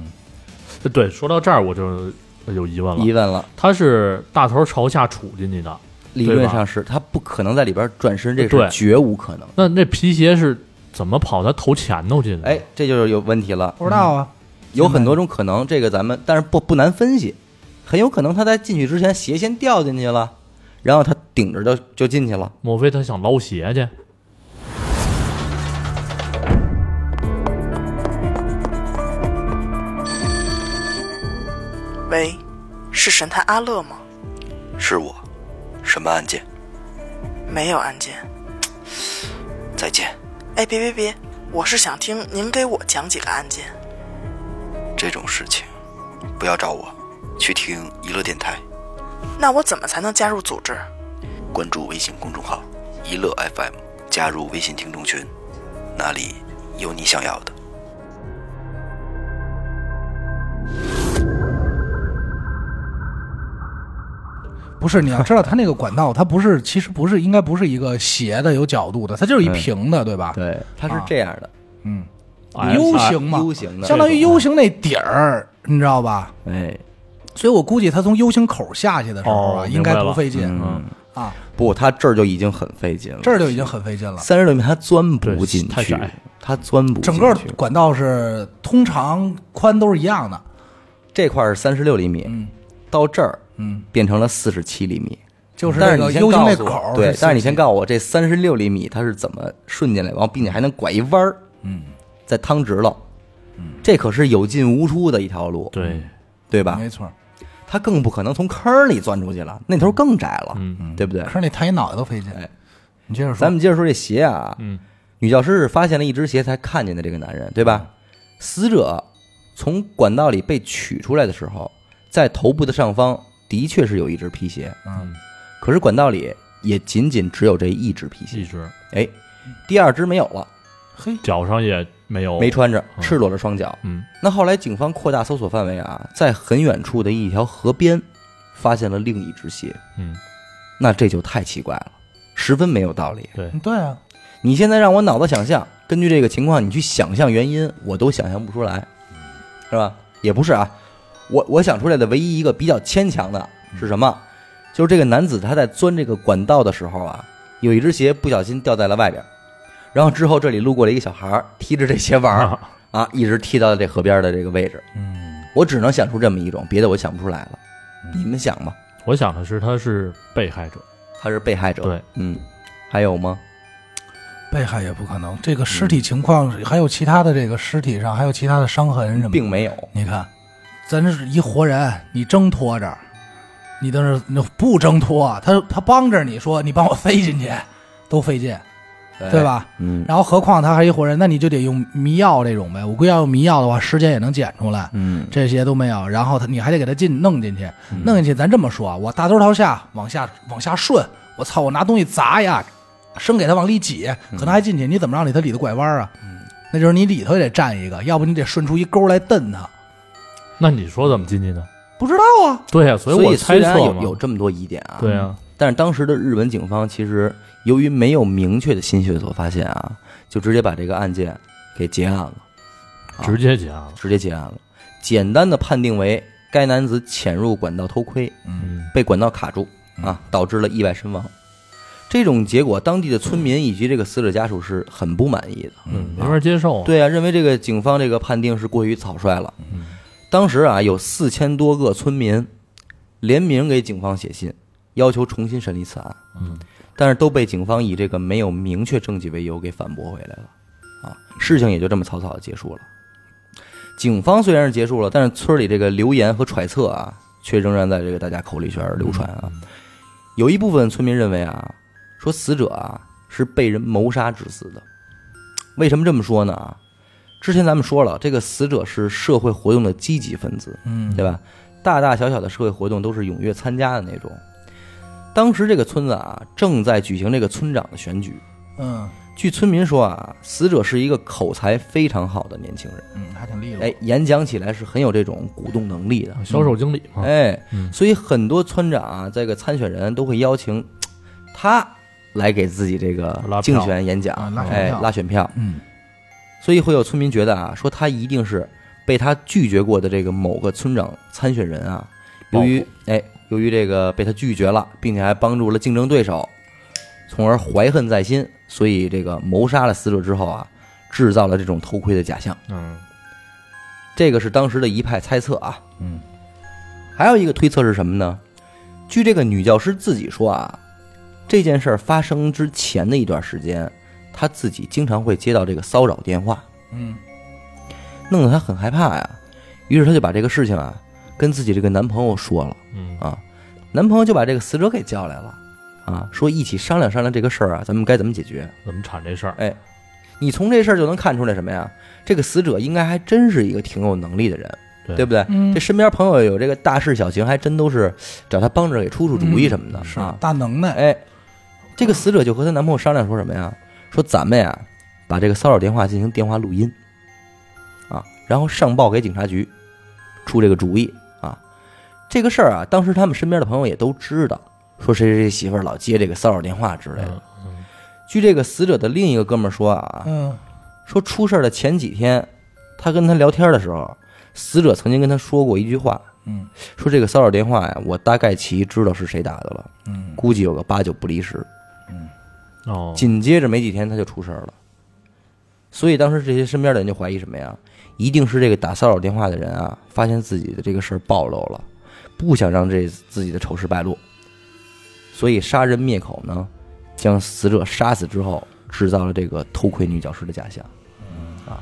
[SPEAKER 3] 对，说到这儿我就有疑问
[SPEAKER 1] 疑
[SPEAKER 3] 了，
[SPEAKER 1] 问了，
[SPEAKER 3] 他是大头朝下杵进去的，
[SPEAKER 1] 理论上是他不可能在里边转身，这
[SPEAKER 3] 对
[SPEAKER 1] 是绝无可能。
[SPEAKER 3] 那那皮鞋是怎么跑他头前头去的？
[SPEAKER 1] 哎，，这就是有问题了，
[SPEAKER 2] 不知道啊，
[SPEAKER 1] 有很多种可能，这个咱们但是不不难分析，很有可能他在进去之前鞋先掉进去了，然后他顶着就就进去了。
[SPEAKER 3] 莫非他想捞鞋去？
[SPEAKER 4] 喂，是神探阿乐吗？
[SPEAKER 1] 是我，什么案件？
[SPEAKER 4] 没有案件。
[SPEAKER 1] 再见，
[SPEAKER 4] 哎，别别别，我是想听您给我讲几个案件。
[SPEAKER 1] 这种事情不要找我，去听娱乐电台，
[SPEAKER 4] 那我怎么才能加入组织？
[SPEAKER 1] 关注微信公众号“娱乐 FM”，加入微信听众群，那里有你想要的。
[SPEAKER 2] 不是，你要知道，它那个管道，它不是，其实不是，应该不是一个斜的有角度的，它就是一
[SPEAKER 1] 嗯
[SPEAKER 2] 平的，对吧？，
[SPEAKER 1] 对，它是这样的、
[SPEAKER 2] 嗯
[SPEAKER 3] 哎
[SPEAKER 2] ，U 型嘛
[SPEAKER 1] U 型的，
[SPEAKER 2] 相当于 U 型那底儿，你知道吧？
[SPEAKER 1] 哎，
[SPEAKER 2] 所以我估计他从 U 型口下去的时候啊，
[SPEAKER 3] 哦
[SPEAKER 2] 应该不费劲、
[SPEAKER 1] 嗯，嗯
[SPEAKER 2] 啊，
[SPEAKER 1] 不，它这儿就已经很费劲了，
[SPEAKER 2] 这儿就已经很费劲了。
[SPEAKER 1] 三十六米它钻不
[SPEAKER 3] 对
[SPEAKER 1] 进
[SPEAKER 3] 太
[SPEAKER 1] 去
[SPEAKER 3] 窄，
[SPEAKER 1] 它钻不进去，
[SPEAKER 2] 整个管道是通常宽都是一样的，
[SPEAKER 1] 这块是三十六厘米，
[SPEAKER 2] 嗯
[SPEAKER 1] 到这儿
[SPEAKER 2] 嗯，
[SPEAKER 1] 变成了四十七厘米。
[SPEAKER 2] 就是
[SPEAKER 1] 但
[SPEAKER 2] 那
[SPEAKER 1] 是
[SPEAKER 2] 个
[SPEAKER 1] 你先
[SPEAKER 2] U 型
[SPEAKER 1] 告
[SPEAKER 2] 那
[SPEAKER 1] 诉
[SPEAKER 2] 口
[SPEAKER 1] 我
[SPEAKER 2] 儿，
[SPEAKER 1] 对，但是你
[SPEAKER 2] 四
[SPEAKER 1] 先告诉我这三十六厘米它是怎么顺进来，然后并且还能拐一弯儿，嗯，再趟直了，嗯，这可是有进无出的一条路，
[SPEAKER 3] 对，
[SPEAKER 1] 对
[SPEAKER 2] 七
[SPEAKER 1] 吧？
[SPEAKER 2] 没错，
[SPEAKER 1] 它更不可能从坑儿里钻出去了，那头更窄了，
[SPEAKER 3] 嗯
[SPEAKER 1] 对不对
[SPEAKER 2] 可？是你抬一脑袋都费劲
[SPEAKER 1] 哎。
[SPEAKER 2] 你接着
[SPEAKER 1] 咱
[SPEAKER 2] 说，
[SPEAKER 1] 们接着说这鞋啊，
[SPEAKER 3] 嗯，
[SPEAKER 1] 女教师是发现了一只鞋才看见的这个男人，对
[SPEAKER 3] 嗯
[SPEAKER 1] 吧？死者从管道里被取出来的时候，在头部的上方的确是有一只皮鞋，
[SPEAKER 2] 嗯，
[SPEAKER 1] 可是管道里也仅仅只有这一只皮鞋，
[SPEAKER 3] 一直
[SPEAKER 1] 哎，第二只没有了，
[SPEAKER 2] 嘿，
[SPEAKER 3] 脚上也没有
[SPEAKER 1] 没，穿着，
[SPEAKER 3] 哦
[SPEAKER 1] 赤裸着双脚。
[SPEAKER 3] 嗯，
[SPEAKER 1] 那后来警方扩大搜索范围啊，在很远处的一条河边发现了另一只鞋，
[SPEAKER 3] 嗯，
[SPEAKER 1] 那这就太奇怪了，十分没有道理。
[SPEAKER 3] 对，
[SPEAKER 2] 对啊，
[SPEAKER 1] 你现在让我脑子想象，根据这个情况，你去想象原因，我都想象不出来，是吧？也不是啊，我我想出来的唯一一个比较牵强的是什么？就是这个男子他在钻这个管道的时候啊，有一只鞋不小心掉在了外边，然后之后这里路过了一个小孩儿，踢着这鞋玩儿啊，一直踢到了这河边的这个位置。
[SPEAKER 2] 嗯，
[SPEAKER 1] 我只能想出这么一种，别的我想不出来了。你们想吧，
[SPEAKER 3] 我想的是他是被害者，
[SPEAKER 1] 他是被害者，
[SPEAKER 3] 对，
[SPEAKER 1] 嗯，还有吗？
[SPEAKER 2] 被害也不可能，这个尸
[SPEAKER 1] 嗯
[SPEAKER 2] 体情况还有其他的这个尸体上还有其他的伤痕
[SPEAKER 3] 嗯
[SPEAKER 2] 什么的，
[SPEAKER 1] 并没有，
[SPEAKER 2] 你看，咱这是一活人，你挣脱着，你在那你不挣脱，啊他他帮着你说你帮我飞进去，都费劲，对？吧？
[SPEAKER 1] 嗯
[SPEAKER 2] 然后何况他还一活人，那你就得用迷药这种呗。我估计要用迷药的话，时间也能减出来，
[SPEAKER 1] 嗯，
[SPEAKER 2] 这些都没有。然后他你还得给他进弄进去，弄进去，咱这么说啊，我大头朝下往下往下顺，我操，我拿东西砸呀，生给他往里挤，
[SPEAKER 1] 嗯
[SPEAKER 2] 可能还进去，你怎么让里头里头拐弯啊？那就是你里头也得站一个，要不你得顺出一沟来蹬他。
[SPEAKER 3] 那你说怎么进去的？
[SPEAKER 2] 不知道啊，
[SPEAKER 3] 对呀，所
[SPEAKER 1] 所
[SPEAKER 3] 我
[SPEAKER 1] 以虽
[SPEAKER 3] 猜
[SPEAKER 1] 然
[SPEAKER 3] 测
[SPEAKER 1] 有
[SPEAKER 3] 嘛，
[SPEAKER 1] 有这么多疑点啊，
[SPEAKER 3] 对啊，
[SPEAKER 1] 但是当时的日本警方其实由于没有明确的新线索发现啊，就直接把这个案件给结案了，啊
[SPEAKER 3] 直接结案了，
[SPEAKER 1] 直接结案了，简单的判定为该男子潜入管道偷窥，
[SPEAKER 3] 嗯，
[SPEAKER 1] 被管道卡住啊，导致了意外身亡。这种结果，当地的村民以及这个死者家属是很不满意的。
[SPEAKER 3] 嗯，没法接受啊，
[SPEAKER 1] 对啊，认为这个警方这个判定是过于草率了。当时啊，有四千多个村民联名给警方写信，要求重新审理此案。
[SPEAKER 3] 嗯，
[SPEAKER 1] 但是都被警方以这个没有明确证据为由给反驳回来了。啊，事情也就这么草草的结束了。警方虽然是结束了，但是村里这个流言和揣测啊，却仍然在这个大家口里圈流传啊。有一部分村民认为啊，说死者啊是被人谋杀致死的。为什么这么说呢？啊，之前咱们说了，这个死者是社会活动的积极分子，
[SPEAKER 2] 嗯，
[SPEAKER 1] 对吧？大大小小的社会活动都是踊跃参加的那种。当时这个村子啊，正在举行这个村长的选举，
[SPEAKER 2] 嗯
[SPEAKER 1] 据村民说啊，死者是一个口才非常好的年轻人，
[SPEAKER 2] 嗯，还挺利落。
[SPEAKER 1] 哎，演讲起来是很有这种鼓动能力的，
[SPEAKER 3] 啊销售经理嘛，
[SPEAKER 1] 哎，
[SPEAKER 3] 嗯
[SPEAKER 1] 所以很多村长啊，这个参选人都会邀请他来给自己这个
[SPEAKER 3] 拉票
[SPEAKER 1] 竞选演讲
[SPEAKER 2] 啊，拉选
[SPEAKER 1] 哎，
[SPEAKER 2] 票
[SPEAKER 1] 拉选票。
[SPEAKER 2] 嗯
[SPEAKER 1] 所以会有村民觉得啊，说他一定是被他拒绝过的这个某个村长参选人啊，由于哎，由于这个被他拒绝了，并且还帮助了竞争对手，从而怀恨在心，所以这个谋杀了死者之后啊，制造了这种偷窥的假象。
[SPEAKER 3] 嗯，
[SPEAKER 1] 这个是当时的一派猜测啊。
[SPEAKER 2] 嗯，
[SPEAKER 1] 还有一个推测是什么呢？据这个女教师自己说啊，这件事儿发生之前的一段时间，她自己经常会接到这个骚扰电话，
[SPEAKER 2] 嗯
[SPEAKER 1] 弄得她很害怕呀。于是她就把这个事情啊跟自己这个男朋友说了，
[SPEAKER 3] 嗯
[SPEAKER 1] 啊，男朋友就把这个死者给叫来了，啊，说一起商量商量这个事儿啊，咱们该怎么解决。
[SPEAKER 3] 怎么铲这事儿？
[SPEAKER 1] 你从这事儿就能看出来什么呀？这个死者应该还真是一个挺有能力的人，
[SPEAKER 3] 对
[SPEAKER 1] 对不对？
[SPEAKER 2] 嗯
[SPEAKER 1] 这，身边朋友有这个大事小情，还真都是 找他帮着给出出主意什么的、
[SPEAKER 2] 嗯是
[SPEAKER 1] 啊。
[SPEAKER 2] 大能耐。
[SPEAKER 1] 哎，这个死者就和她男朋友商量说什么呀？说咱们呀，把这个骚扰电话进行电话录音啊，然后上报给警察局，出这个主意啊。这个事儿啊，当时他们身边的朋友也都知道，说谁谁谁媳妇儿老接这个骚扰电话之类的。
[SPEAKER 3] 嗯嗯
[SPEAKER 1] 据这个死者的另一个哥们儿说啊，
[SPEAKER 2] 嗯
[SPEAKER 1] 说出事儿的前几天，他跟他聊天的时候，死者曾经跟他说过一句话，
[SPEAKER 2] 嗯
[SPEAKER 1] 说这个骚扰电话呀，我大概其知道是谁打的了，
[SPEAKER 2] 嗯
[SPEAKER 1] 估计有个八九不离十。
[SPEAKER 3] 哦，
[SPEAKER 1] 紧接着没几天他就出事儿了，所以当时这些身边的人就怀疑什么呀？一定是这个打骚扰电话的人啊，发现自己的这个事儿暴露了，不想让这自己的丑事败露，所以杀人灭口呢，将死者杀死之后，制造了这个偷窥女教师的假象。啊，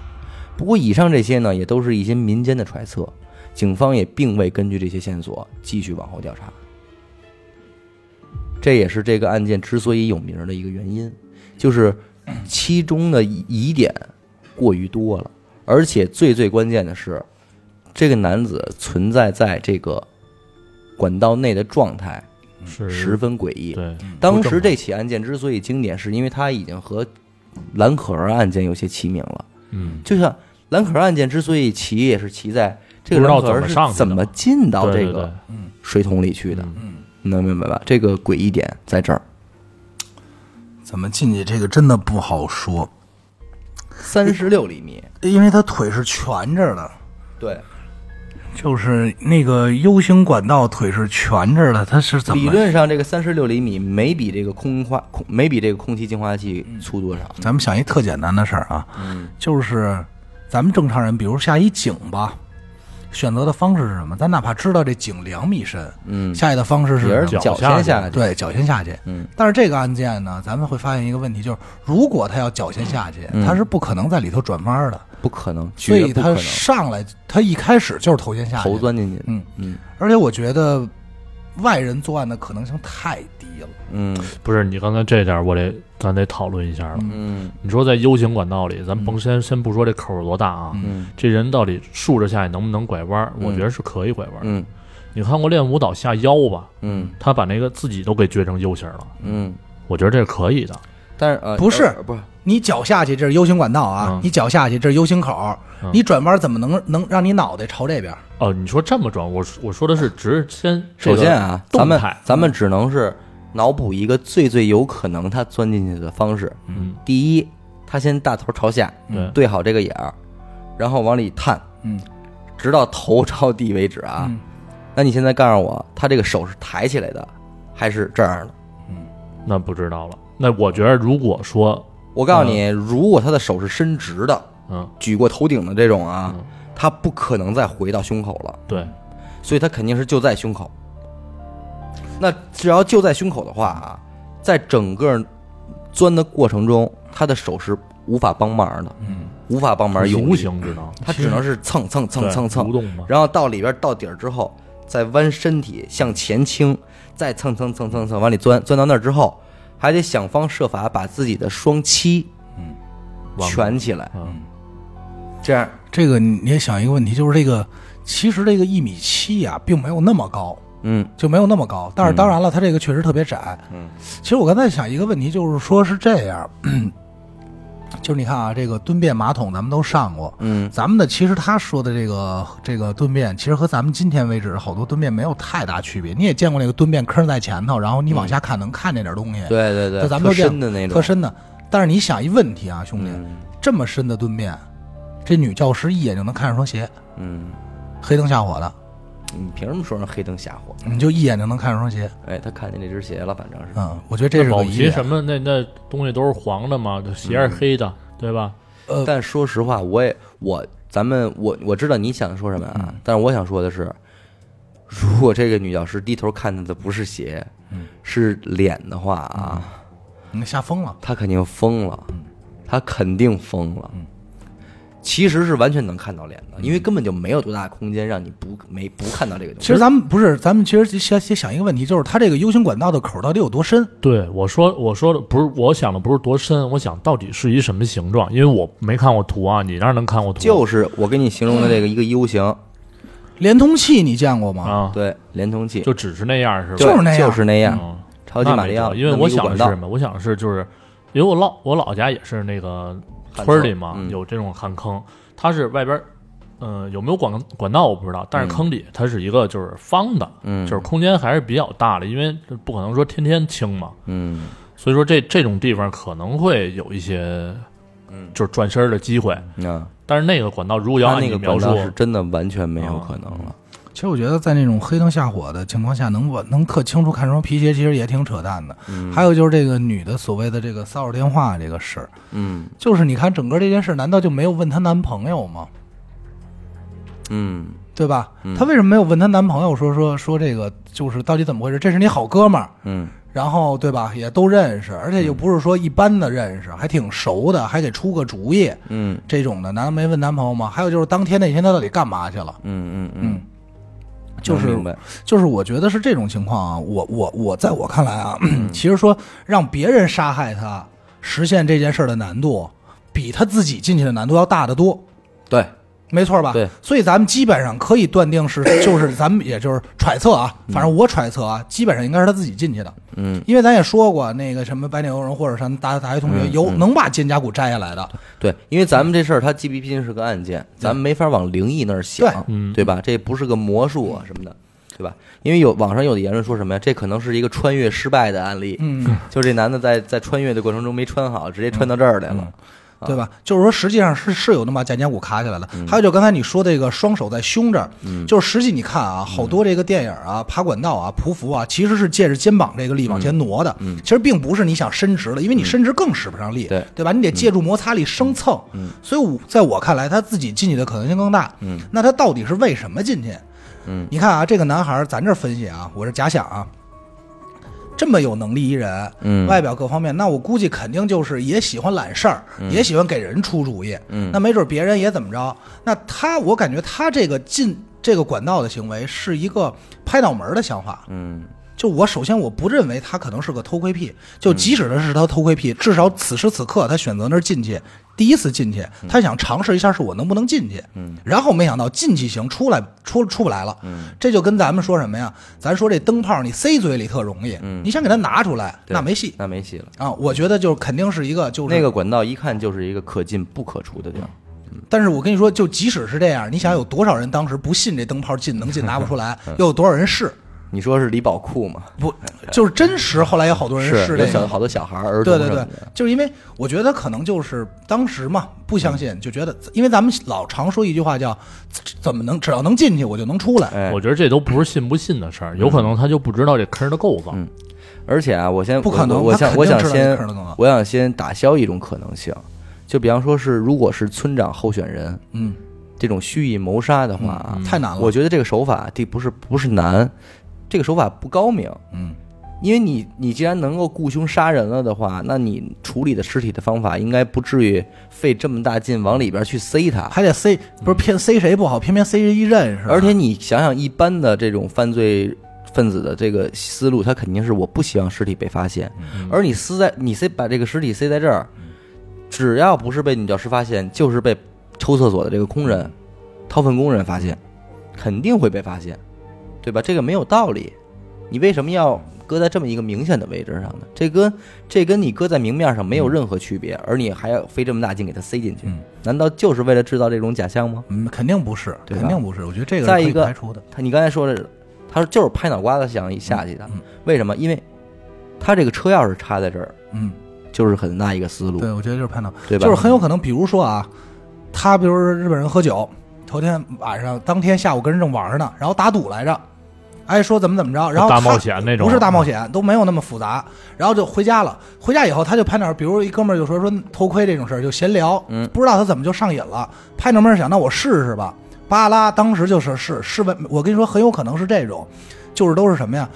[SPEAKER 1] 不过以上这些呢，也都是一些民间的揣测，警方也并未根据这些线索继续往后调查。这也是这个案件之所以有名儿的一个原因，就是其中的疑疑点过于多了，而且最最关键的是，这个男子存在在这个管道内的状态
[SPEAKER 3] 是
[SPEAKER 1] 十分诡异。
[SPEAKER 3] 对，
[SPEAKER 1] 当时这起案件之所以经典，是因为它已经和蓝可儿案件有些齐名了。
[SPEAKER 3] 嗯
[SPEAKER 1] 就像蓝可儿案件之所以齐，也是齐在这个
[SPEAKER 3] 不知
[SPEAKER 1] 蓝
[SPEAKER 3] 道
[SPEAKER 1] 可儿
[SPEAKER 3] 怎么
[SPEAKER 1] 是
[SPEAKER 3] 上去的
[SPEAKER 1] 怎么进到
[SPEAKER 3] 对
[SPEAKER 1] 这
[SPEAKER 3] 对对
[SPEAKER 1] 个水桶里去的，
[SPEAKER 2] 嗯，
[SPEAKER 1] 能明白吧？这个诡异点在这儿。
[SPEAKER 2] 怎么进去这个真的不好说，
[SPEAKER 1] 三十六厘米，
[SPEAKER 2] 因为他腿是蜷着的，
[SPEAKER 1] 对，
[SPEAKER 2] 就是那个 U 型管道腿是蜷着的，它是怎
[SPEAKER 1] 理
[SPEAKER 2] 么？
[SPEAKER 1] 论上这个三十六厘米没比这个空化空没比这个空气净化器
[SPEAKER 2] 嗯
[SPEAKER 1] 粗多少，
[SPEAKER 2] 咱们想一特简单的事儿啊，就是咱们正常人，比如下一井吧，选择的方式是什么？咱哪怕知道这井两米深，
[SPEAKER 1] 嗯，
[SPEAKER 2] 下去的方式是
[SPEAKER 1] 也是
[SPEAKER 2] 什么
[SPEAKER 1] 脚
[SPEAKER 3] 脚
[SPEAKER 1] 先
[SPEAKER 3] 下
[SPEAKER 1] 下去，
[SPEAKER 2] 对脚先下去。
[SPEAKER 1] 嗯，
[SPEAKER 2] 但是这个案件呢，咱们会发现一个问题，就是如果他要脚先下去，他是不可能在里头转弯的，
[SPEAKER 1] 不可能，
[SPEAKER 2] 所
[SPEAKER 1] 嗯绝
[SPEAKER 2] 以
[SPEAKER 1] 不可
[SPEAKER 2] 他
[SPEAKER 1] 能
[SPEAKER 2] 上来他一开始就是头先下去，
[SPEAKER 1] 头钻进去，
[SPEAKER 2] 嗯
[SPEAKER 1] 嗯
[SPEAKER 2] 而且我觉得外人作案的可能性太低了。
[SPEAKER 1] 嗯
[SPEAKER 3] 不是你刚才这点儿我得咱得讨论一下了。
[SPEAKER 1] 嗯
[SPEAKER 3] 你说在 U 型管道里，咱甭先先不说这口儿有多大啊，
[SPEAKER 1] 嗯
[SPEAKER 3] 这人到底竖着下去能不能拐弯儿？
[SPEAKER 1] 嗯
[SPEAKER 3] 我觉得是可以拐弯儿。
[SPEAKER 1] 嗯
[SPEAKER 3] 你看过练舞蹈下腰吧？
[SPEAKER 1] 嗯
[SPEAKER 3] 他把那个自己都给撅成 U 型了，
[SPEAKER 1] 嗯，
[SPEAKER 3] 我觉得这是可以的。
[SPEAKER 1] 但是呃
[SPEAKER 2] 不是
[SPEAKER 1] 呃不是
[SPEAKER 2] 你脚下去，这是 U 型管道啊！
[SPEAKER 3] 嗯
[SPEAKER 2] 你脚下去，这是 U 型口，
[SPEAKER 3] 嗯
[SPEAKER 2] 你转弯怎么能能让你脑袋朝这边？
[SPEAKER 3] 哦，你说这么转，我我说的是直先这
[SPEAKER 1] 首
[SPEAKER 3] 个
[SPEAKER 1] 先啊，咱
[SPEAKER 3] 动
[SPEAKER 1] 们
[SPEAKER 3] 态，
[SPEAKER 1] 咱们
[SPEAKER 2] 嗯
[SPEAKER 1] 只能是脑补一个最最有可能他钻进去的方式。
[SPEAKER 3] 嗯，
[SPEAKER 1] 第一，他先大头朝下
[SPEAKER 3] 对，
[SPEAKER 1] 对好这个眼儿，然后往里探，
[SPEAKER 2] 嗯，
[SPEAKER 1] 直到头朝地为止啊。
[SPEAKER 2] 嗯
[SPEAKER 1] 那你现在告诉我，他这个手是抬起来的，还是这样的？
[SPEAKER 2] 嗯
[SPEAKER 3] 那不知道了。那我觉得如果说，
[SPEAKER 1] 我告诉你，如果他的手是伸直的，
[SPEAKER 3] 嗯，
[SPEAKER 1] 举过头顶的这种啊
[SPEAKER 3] 嗯，
[SPEAKER 1] 他不可能再回到胸口了，
[SPEAKER 3] 对，
[SPEAKER 1] 所以他肯定是就在胸口。那只要就在胸口的话啊，在整个钻的过程中，他的手是无法帮忙的，
[SPEAKER 2] 嗯，
[SPEAKER 1] 无法帮忙有力
[SPEAKER 3] 无，形知道，
[SPEAKER 1] 他只能是蹭蹭蹭
[SPEAKER 3] 对
[SPEAKER 1] 蹭蹭
[SPEAKER 3] 蠕，动嘛。
[SPEAKER 1] 然后到里边到底儿之后，再弯身体向前倾，再蹭蹭蹭蹭蹭往里钻，钻到那儿之后，还得想方设法把自己的双膝
[SPEAKER 3] 往
[SPEAKER 1] 蜷起来，
[SPEAKER 3] 嗯
[SPEAKER 1] 这样
[SPEAKER 2] 这个你也想一个问题，就是这个其实这个一米七啊，并没有那么高，
[SPEAKER 1] 嗯
[SPEAKER 2] 就没有那么高。但是当然了，它这个确实特别窄。
[SPEAKER 1] 嗯，
[SPEAKER 2] 其实我刚才想一个问题，就是说是这样， 就是你看啊，这个蹲便马桶咱们都上过，
[SPEAKER 1] 嗯
[SPEAKER 2] 咱们的其实他说的这个这个蹲便，其实和咱们今天为止好多蹲便没有太大区别。你也见过那个蹲便坑在前头，然后你往下看能看见点东西，
[SPEAKER 1] 嗯对对对，
[SPEAKER 2] 这咱们都
[SPEAKER 1] 特
[SPEAKER 2] 这样
[SPEAKER 1] 深的那种，
[SPEAKER 2] 特深的。但是你想一问题啊，兄弟，
[SPEAKER 1] 嗯
[SPEAKER 2] 这么深的蹲便，这女教师一眼就能看见双鞋，
[SPEAKER 1] 嗯，
[SPEAKER 2] 黑灯瞎火的，
[SPEAKER 1] 你凭什么说让黑灯瞎火？
[SPEAKER 2] 你就一眼就能看见双鞋。
[SPEAKER 1] 哎，他看见这只鞋了，反正是，
[SPEAKER 2] 嗯，我觉得这是个
[SPEAKER 3] 那保不
[SPEAKER 2] 疑
[SPEAKER 3] 齐
[SPEAKER 2] 点。
[SPEAKER 3] 什么那那东西都是黄的嘛，这
[SPEAKER 1] 嗯
[SPEAKER 3] 鞋是黑的，对吧？
[SPEAKER 2] 呃
[SPEAKER 1] 但说实话，我也我咱们我我知道你想说什么啊，但是我想说的是，如果这个女教师低头看见的不是鞋，是脸的话啊，
[SPEAKER 2] 你嗯吓疯了。
[SPEAKER 1] 她肯定疯了，
[SPEAKER 3] 嗯
[SPEAKER 1] 她肯定疯了。其实是完全能看到脸
[SPEAKER 3] 嗯
[SPEAKER 1] 的，因为根本就没有多大空间让你不没不看到这个东
[SPEAKER 2] 其
[SPEAKER 1] 西。
[SPEAKER 2] 实咱们不是，咱们其实先先想一个问题，就是它这个 U 型管道的口到底有多深？
[SPEAKER 3] 对，我说我说的不是，我想的不是多深，我想到底是一什么形状，因为我没看过图啊，你那儿能看过图？
[SPEAKER 1] 就是我给你形容的这个一个 U 型，
[SPEAKER 2] 连通器你见过吗？
[SPEAKER 3] 啊，
[SPEAKER 1] 对，连通器，
[SPEAKER 3] 就只是那样是吧？
[SPEAKER 1] 对
[SPEAKER 2] 就是那样
[SPEAKER 1] 就是那样，
[SPEAKER 3] 嗯，
[SPEAKER 1] 超级
[SPEAKER 3] 那
[SPEAKER 1] 马
[SPEAKER 3] 没
[SPEAKER 1] 里奥，
[SPEAKER 3] 辙因为
[SPEAKER 1] 那么
[SPEAKER 3] 我
[SPEAKER 1] 一个
[SPEAKER 3] 想的
[SPEAKER 1] 管
[SPEAKER 3] 是
[SPEAKER 1] 道
[SPEAKER 3] 什么？我想的是就是，因为我老我老家也是那个村儿里嘛，
[SPEAKER 1] 旱厕嗯
[SPEAKER 3] 有这种旱坑，它是外边儿，嗯、有没有管管道我不知道，但是坑里它是一个就是方的，
[SPEAKER 1] 嗯
[SPEAKER 3] 就是空间还是比较大的，因为这不可能说天天清嘛，
[SPEAKER 1] 嗯
[SPEAKER 3] 所以说这这种地方可能会有一些，嗯，就是转身儿的机会。
[SPEAKER 2] 嗯
[SPEAKER 1] 啊，
[SPEAKER 3] 但是那个管道如果要
[SPEAKER 1] 他
[SPEAKER 3] 按
[SPEAKER 1] 那
[SPEAKER 3] 你
[SPEAKER 1] 个
[SPEAKER 3] 描
[SPEAKER 1] 管
[SPEAKER 3] 述
[SPEAKER 1] 道，是真的完全没有可能了。
[SPEAKER 2] 其实我觉得在那种黑灯瞎火的情况下，能把能特清楚看什么皮鞋，其实也挺扯淡的。
[SPEAKER 1] 嗯
[SPEAKER 2] 还有就是这个女的所谓的这个骚扰电话这个事儿，
[SPEAKER 1] 嗯
[SPEAKER 2] 就是你看整个这件事，难道就没有问她男朋友吗？
[SPEAKER 1] 嗯
[SPEAKER 2] 对吧？她为什么没有问她男朋友说说说这个就是到底怎么回事？这是你好哥们儿，
[SPEAKER 1] 嗯
[SPEAKER 2] 然后对吧？也都认识，而且又不是说一般的认识，还挺熟的，还给出个主意
[SPEAKER 1] 嗯
[SPEAKER 2] 这种的，难道没问男朋友吗？还有就是当天那天她到底干嘛去了？
[SPEAKER 1] 嗯嗯嗯，
[SPEAKER 2] 就是
[SPEAKER 1] 能明白
[SPEAKER 2] 就是我觉得是这种情况啊，我我我在我看来啊，
[SPEAKER 1] 嗯
[SPEAKER 2] 其实说让别人杀害他，实现这件事儿的难度，比他自己进去的难度要大得多，
[SPEAKER 1] 对，
[SPEAKER 2] 没错吧？
[SPEAKER 1] 对，
[SPEAKER 2] 所以咱们基本上可以断定是，就是咱们也就是揣测啊，反正我揣测啊，基本上应该是他自己进去的，
[SPEAKER 1] 嗯
[SPEAKER 2] 因为咱也说过那个什么白鸟游人或者什么大大学同学
[SPEAKER 1] 嗯
[SPEAKER 2] 有
[SPEAKER 1] 嗯
[SPEAKER 2] 能把肩胛骨摘下来的，
[SPEAKER 1] 对，因为咱们这事儿它既毕竟是个案件，咱们没法往灵异那儿想，
[SPEAKER 3] 嗯
[SPEAKER 1] 对吧？这不是个魔术啊什么的。对吧？因为有网上有的言论说什么呀？这可能是一个穿越失败的案例，
[SPEAKER 2] 嗯，
[SPEAKER 1] 就是这男的在在穿越的过程中没穿好，直接穿到这儿来
[SPEAKER 2] 嗯
[SPEAKER 1] 了。嗯
[SPEAKER 2] 对吧？就是说，实际上是是有那么把肩胛骨卡起来的。还有就刚才你说这个双手在胸这儿，就是实际你看啊，好多这个电影啊、爬管道啊、匍匐啊，其实是借着肩膀这个力往前挪的。其实并不是你想伸直了，因为你伸直更使不上力，
[SPEAKER 1] 对
[SPEAKER 2] 对吧？你得借助摩擦力生蹭。所以我在我看来，他自己进去的可能性更大。那他到底是为什么进去？你看啊，这个男孩儿，咱这儿分析啊，我是假想啊，这么有能力一人，
[SPEAKER 1] 嗯
[SPEAKER 2] 外表各方面，那我估计肯定就是也喜欢揽事儿，也喜欢给人出主意，
[SPEAKER 1] 嗯
[SPEAKER 2] 那没准别人也怎么着，那他，我感觉他这个进这个管道的行为是一个拍脑门儿的想法，
[SPEAKER 1] 嗯
[SPEAKER 2] 就我首先我不认为他可能是个偷窥癖，
[SPEAKER 1] 嗯
[SPEAKER 2] 就即使他是他偷窥癖，至少此时此刻他选择那儿进去，第一次进去，
[SPEAKER 1] 嗯
[SPEAKER 2] 他想尝试一下是我能不能进去，嗯，然后没想到进去行，出来出出不来了，嗯，这就跟咱们说什么呀？咱说这灯泡你塞嘴里特容易，嗯，你想给它拿出来
[SPEAKER 1] 对
[SPEAKER 2] 那没戏
[SPEAKER 1] 那没戏了。
[SPEAKER 2] 啊，我觉得就是肯定是一个就是嗯
[SPEAKER 1] 那个，管道一看就是一个可进不可出的地儿。
[SPEAKER 2] 但是我跟你说，就即使是这样，你想有多少人当时不信这灯泡进 能进拿不出来，又有多少人试？
[SPEAKER 1] 你说是李宝库吗？
[SPEAKER 2] 不，就是真实。后来有好多人试
[SPEAKER 1] 有
[SPEAKER 2] 这
[SPEAKER 1] 小
[SPEAKER 2] 个，
[SPEAKER 1] 好多小孩儿、儿童
[SPEAKER 2] 对
[SPEAKER 1] 什
[SPEAKER 2] 对
[SPEAKER 1] 么
[SPEAKER 2] 对
[SPEAKER 1] 的。，
[SPEAKER 2] 就是因为我觉得可能就是当时嘛不相
[SPEAKER 1] 嗯
[SPEAKER 2] 信，就觉得因为咱们老常说一句话叫怎么能只要能进去我就能出来，
[SPEAKER 1] 哎
[SPEAKER 3] 我觉得这都不是信不信的事
[SPEAKER 2] 嗯
[SPEAKER 3] 儿，有可能他就不知道这坑儿的构造。
[SPEAKER 1] 嗯而且啊，我先
[SPEAKER 2] 不可能
[SPEAKER 1] 我我
[SPEAKER 2] 他
[SPEAKER 1] 想
[SPEAKER 2] 肯定
[SPEAKER 1] 我想
[SPEAKER 2] 知道
[SPEAKER 1] 先
[SPEAKER 2] 这事儿的更好
[SPEAKER 1] 我想先打消一种可能性，就比方说是如果是村长候选人
[SPEAKER 2] 嗯，
[SPEAKER 1] 这种蓄意谋杀的话啊，
[SPEAKER 2] 太难了，
[SPEAKER 1] 我觉得这个手法这不是不是难，这个手法不高明，
[SPEAKER 2] 嗯，
[SPEAKER 1] 因为你你既然能够雇凶杀人了的话，那你处理的尸体的方法应该不至于费这么大劲往里边去塞它。
[SPEAKER 2] 还得塞不是偏塞谁不好，偏偏塞一认识，
[SPEAKER 1] 嗯而且你想想，一般的这种犯罪分子的这个思路，他肯定是我不希望尸体被发现，而你撕在你塞把这个尸体塞在这儿，只要不是被女教师发现，就是被抽厕所的这个工人、掏粪工人发现，肯定会被发现。对吧？这个没有道理，你为什么要搁在这么一个明显的位置上呢？这跟这跟你搁在明面上没有任何区别，而你还要费这么大劲给它塞进去，难道就是为了制造这种假象吗？
[SPEAKER 2] 嗯，肯定不是，
[SPEAKER 1] 对吧啊
[SPEAKER 2] 肯定不是。我觉得这个
[SPEAKER 1] 再
[SPEAKER 2] 是可
[SPEAKER 1] 一
[SPEAKER 2] 以
[SPEAKER 1] 个
[SPEAKER 2] 排除的。
[SPEAKER 1] 他你刚才说的，他说就是拍脑瓜子想下去的，
[SPEAKER 2] 嗯
[SPEAKER 1] 为什么？因为他这个车钥匙插在这儿，
[SPEAKER 2] 嗯，
[SPEAKER 1] 就是很大一个思路，
[SPEAKER 2] 对，我觉得就是判断，
[SPEAKER 1] 对吧？
[SPEAKER 2] 就是很有可能，比如说啊，他比如说日本人喝酒，头天晚上当天下午跟人正玩呢，然后打赌来着，哎，说怎么怎么着，然后
[SPEAKER 3] 大
[SPEAKER 2] 他
[SPEAKER 3] 冒险那种啊
[SPEAKER 2] 不是大冒险，都没有那么复杂，然后就回家了。回家以后，他就拍脑门儿，比如一哥们儿就说说偷窥这种事儿，就闲聊，
[SPEAKER 1] 嗯
[SPEAKER 2] 不知道他怎么就上瘾了，拍脑门儿想，那我试试吧。巴拉当时就是是是问，我跟你说，很有可能是这种，就是都是什么呀？